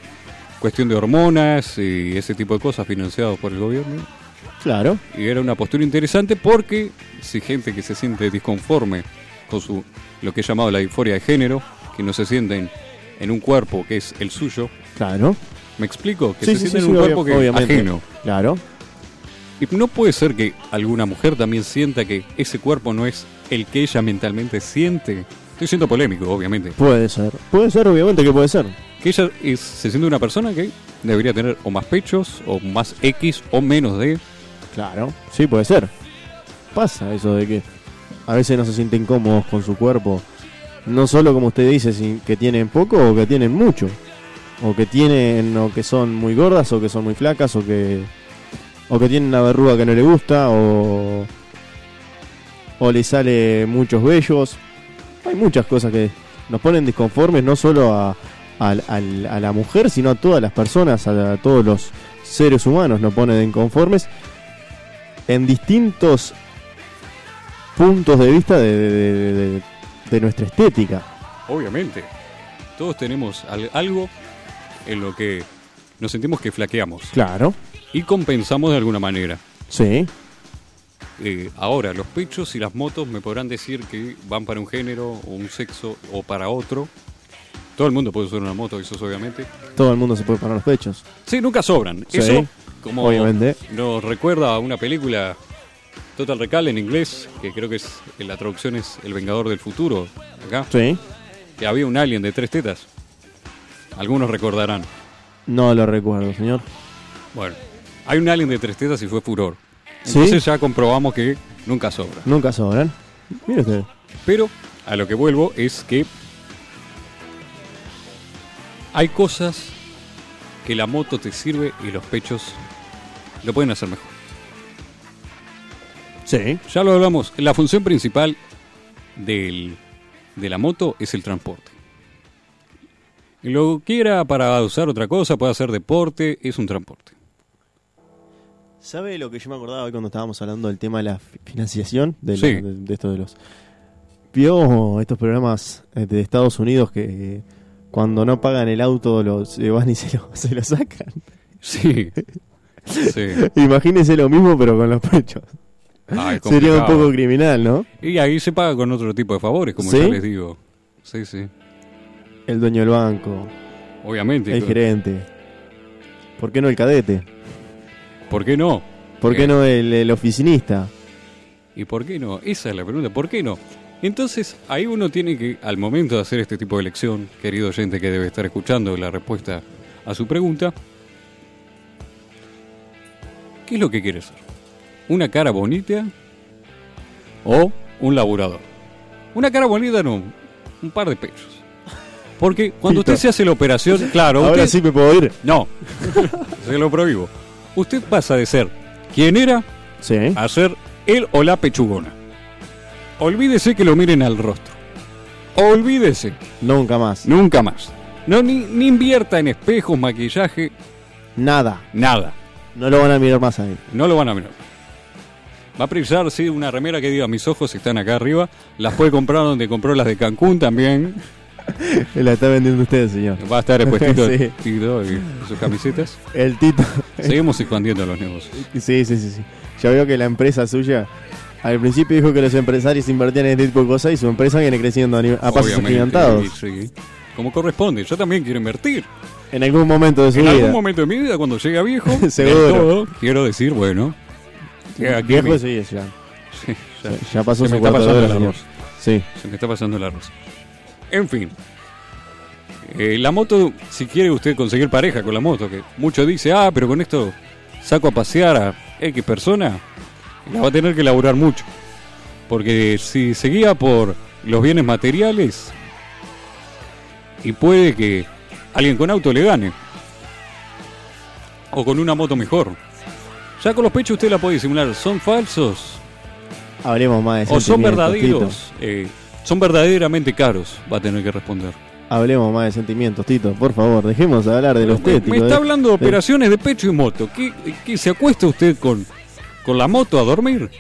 S1: cuestión de hormonas y ese tipo de cosas financiados por el gobierno.
S2: claro.
S1: Y era una postura interesante porque si gente que se siente disconforme con su lo que he llamado la disforia de género, que no se sienten en un cuerpo que es el suyo,
S2: Claro.
S1: ¿me explico? Que
S2: Sí,
S1: se
S2: sí, sí,
S1: sienten en
S2: sí,
S1: un
S2: obvia-
S1: cuerpo que es
S2: obviamente.
S1: ajeno.
S2: Claro.
S1: Y no puede ser que alguna mujer también sienta que ese cuerpo no es el que ella mentalmente siente. Estoy siendo polémico, obviamente.
S2: Puede ser. Puede ser, obviamente que puede ser.
S1: Que ella es- se siente una persona que debería tener o más pechos, o más X, o menos D.
S2: Claro. Sí, puede ser. Pasa eso de que a veces no se sienten cómodos con su cuerpo. No solo como usted dice, sin que tienen poco o que tienen mucho. O que tienen, o que son muy gordas, o que son muy flacas, o que. O que tienen una verruga que no le gusta, o. O le sale muchos vellos. Hay muchas cosas que nos ponen disconformes, no solo a, al- al- a la mujer, sino a todas las personas, a, a todos los seres humanos nos ponen inconformes en distintos puntos de vista de, de- de- de- de- de nuestra estética.
S1: Obviamente. Todos tenemos al- algo en lo que nos sentimos que flaqueamos.
S2: Claro,
S1: Y compensamos de alguna manera.
S2: sí,
S1: Eh, ahora, los pechos y las motos me podrán decir que van para un género, o un sexo, o para otro. Todo el mundo puede usar una moto, eso es obviamente.
S2: todo el mundo se puede poner los pechos.
S1: Sí, nunca sobran.
S2: Sí,
S1: Eso, como
S2: obviamente.
S1: nos recuerda a una película Total Recall en inglés, que creo que es en la traducción es El Vengador del Futuro, acá,
S2: Sí,
S1: que había un alien de tres tetas. Algunos recordarán.
S2: no lo recuerdo, señor.
S1: Bueno, hay un alien de tres tetas y fue furor.
S2: Sí.
S1: Entonces ya comprobamos que nunca sobra.
S2: Nunca sobran. Mire usted.
S1: Pero a lo que vuelvo es que hay cosas que la moto te sirve y los pechos lo pueden hacer mejor.
S2: Sí,
S1: Ya lo hablamos, la función principal del- de la moto es el transporte. Lo que quiera para usar otra cosa, puede hacer deporte, es un transporte.
S2: ¿Sabe lo que yo me acordaba hoy cuando estábamos hablando del tema de la fi- financiación? De, la-
S1: Sí.
S2: de- de esto de los. ¿Vio estos programas eh, de Estados Unidos que eh, cuando no pagan el auto los eh, van y se lo, se lo sacan?
S1: Sí. sí.
S2: Imagínese lo mismo, pero con los pechos.
S1: Ah, es
S2: Sería un
S1: complicado.
S2: poco criminal, ¿no?
S1: Y ahí se paga con otro tipo de favores, como
S2: ¿Sí?
S1: ya les digo. Sí, sí.
S2: El dueño del banco,
S1: Obviamente.
S2: el
S1: co-
S2: gerente. ¿Por qué no el cadete?
S1: ¿Por qué no?
S2: ¿Por qué
S1: Eh.
S2: no el, el oficinista?
S1: ¿Y por qué no? Esa es la pregunta, ¿por qué no? Entonces, ahí uno tiene que, al momento de hacer este tipo de elección, querido oyente que debe estar escuchando la respuesta a su pregunta, ¿qué es lo que quiere ser? ¿Una cara bonita o un laburador? Una cara bonita no, un par de pechos. Porque cuando
S2: Pito.
S1: usted se hace la operación, claro,
S2: Ahora
S1: usted-
S2: sí me puedo ir.
S1: no, se lo prohíbo. Usted pasa de ser quien era
S2: Sí.
S1: a ser el o la pechugona. Olvídese que lo miren al rostro. Olvídese,
S2: Nunca más.
S1: nunca más. No ni, ni invierta en espejos, maquillaje,
S2: Nada.
S1: nada.
S2: No lo van a mirar más a él.
S1: No lo van a mirar. Va a precisar sí, una remera que diga mis ojos están acá arriba. Las puede comprar donde compró las de Cancún también.
S2: La está vendiendo usted, señor.
S1: Va a estar el puestito de
S2: Sí.
S1: Tito y sus camisetas.
S2: El Tito.
S1: Seguimos expandiendo los negocios.
S2: Sí, sí, sí, sí. Ya veo que la empresa suya, al principio dijo que los empresarios invertían en este tipo de cosas y su empresa viene creciendo a, nivel- a pasos
S1: Obviamente,
S2: agigantados.
S1: sí, sí. Como corresponde. Yo también quiero invertir.
S2: En algún momento de su
S1: En
S2: vida.
S1: algún momento de mi vida, cuando llega viejo, del
S2: Seguro.
S1: todo, quiero decir, bueno, que eh, aquí
S2: Viejo
S1: me-
S2: sí es ya.
S1: ya,
S2: Ya- ya pasó
S1: se
S2: su
S1: me está
S2: cuarto de
S1: pasando
S2: hora,
S1: el
S2: señor.
S1: arroz.
S2: Sí.
S1: Se me está pasando el arroz. En fin. Eh, la moto, si quiere usted conseguir pareja con la moto, que mucho dice, ah, pero con esto saco a pasear a X persona, la va a tener que laburar mucho. Porque si seguía por los bienes materiales, y puede que alguien con auto le gane. O con una moto mejor. Ya con los pechos usted la puede disimular. ¿Son falsos?
S2: Hablemos más de
S1: ¿O son
S2: sentimientos, Tito.
S1: verdaderos? Eh, ¿Son verdaderamente caros? Va a tener que responder.
S2: Hablemos más de sentimientos, Tito. Por favor, dejemos de hablar de ¿eh? los
S1: me, me
S2: téticos.
S1: está hablando de
S2: de-
S1: operaciones de pecho y moto. ¿Qué, qué se acuesta usted con, con la moto a dormir?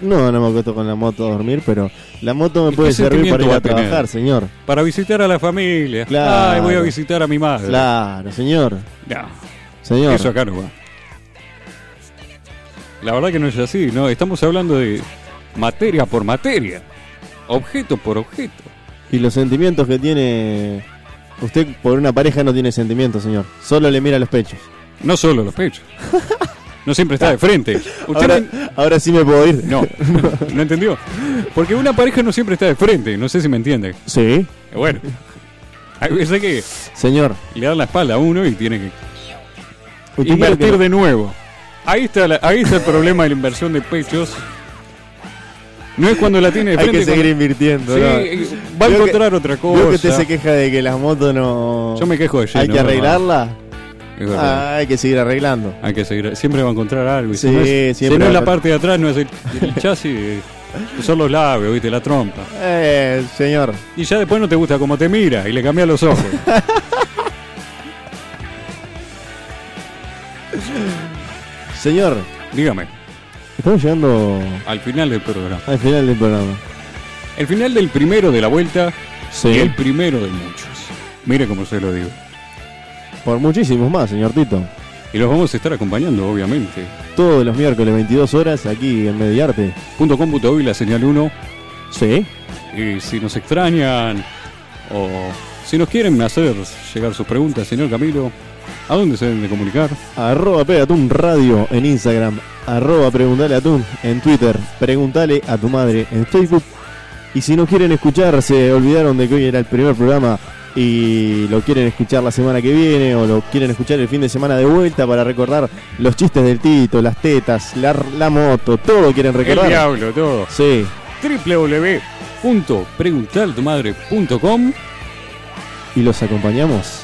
S2: No, no me acuesto con la moto a dormir, pero la moto me
S1: ¿Y
S2: puede
S1: qué
S2: servir para
S1: sentimiento
S2: ir
S1: va
S2: a
S1: a tener?
S2: trabajar, señor.
S1: Para visitar a la familia.
S2: Claro.
S1: Ay, voy a visitar a mi madre.
S2: Claro, señor.
S1: No.
S2: Señor.
S1: Eso acá no va. La verdad que no es así, ¿no? Estamos hablando de materia por materia, objeto por objeto.
S2: Y los sentimientos que tiene. Usted por una pareja no tiene sentimientos, señor. Solo le mira los pechos.
S1: No solo los pechos. No siempre está de frente. Usted
S2: Ahora,
S1: no-
S2: ahora sí me puedo ir.
S1: no, no entendió. Porque una pareja no siempre está de frente, no sé si me entiende. Eh,
S2: Sí,
S1: Bueno, hay veces que
S2: señor.
S1: le dan la espalda a uno y tiene que
S2: Usted creo
S1: Invertir
S2: que-
S1: de nuevo. Ahí está, la- ahí está el problema de la inversión de pechos. No es cuando la tiene de
S2: Hay
S1: frente.
S2: que seguir
S1: cuando-
S2: invirtiendo.
S1: Sí,
S2: ¿no?
S1: eh, va a
S2: Veo que-
S1: encontrar otra cosa.
S2: Veo que usted se queja de que las motos no.
S1: Yo me quejo de lleno,
S2: ¿Hay que
S1: es verdad.
S2: arreglarla?
S1: Es verdad.
S2: Ah, hay que seguir arreglando.
S1: Hay que seguir. Siempre va a encontrar algo. Y si
S2: Sí,
S1: no es, si
S2: siempre
S1: no es
S2: va a-
S1: la parte de atrás, no es el, el chasis, eh, son los labios, viste, la trompa.
S2: Eh, señor.
S1: Y ya después no te gusta cómo te mira y le cambias los ojos.
S2: Señor,
S1: Dígame,
S2: estamos llegando
S1: al final del programa.
S2: al final del programa.
S1: El final del primero de la vuelta
S2: Sí.
S1: y el primero de muchos. Mire cómo se lo digo.
S2: Por muchísimos más, señor Tito.
S1: Y los vamos a estar acompañando, obviamente.
S2: Todos los miércoles, 22 horas, aquí en Mediarte.
S1: Punto com, punto hoy, la señal 1.
S2: Sí.
S1: Y si nos extrañan o si nos quieren hacer llegar sus preguntas, señor Camilo, ¿a dónde se deben de comunicar?
S2: Arroba Pegatun Radio en Instagram. Arroba Preguntale a Tun en Twitter. Preguntale a tu madre en Facebook. Y si no quieren escuchar, se olvidaron de que hoy era el primer programa y lo quieren escuchar la semana que viene o lo quieren escuchar el fin de semana de vuelta para recordar los chistes del Tito, las tetas, la, la moto, todo quieren
S1: El
S2: recordar.
S1: diablo, todo.
S2: Sí,
S1: www.preguntaltumadre.com
S2: y los acompañamos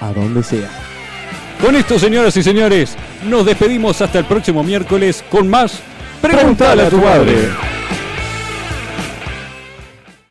S2: a donde sea.
S1: Con esto, señoras y señores, nos despedimos hasta el próximo miércoles con más Preguntale a tu madre.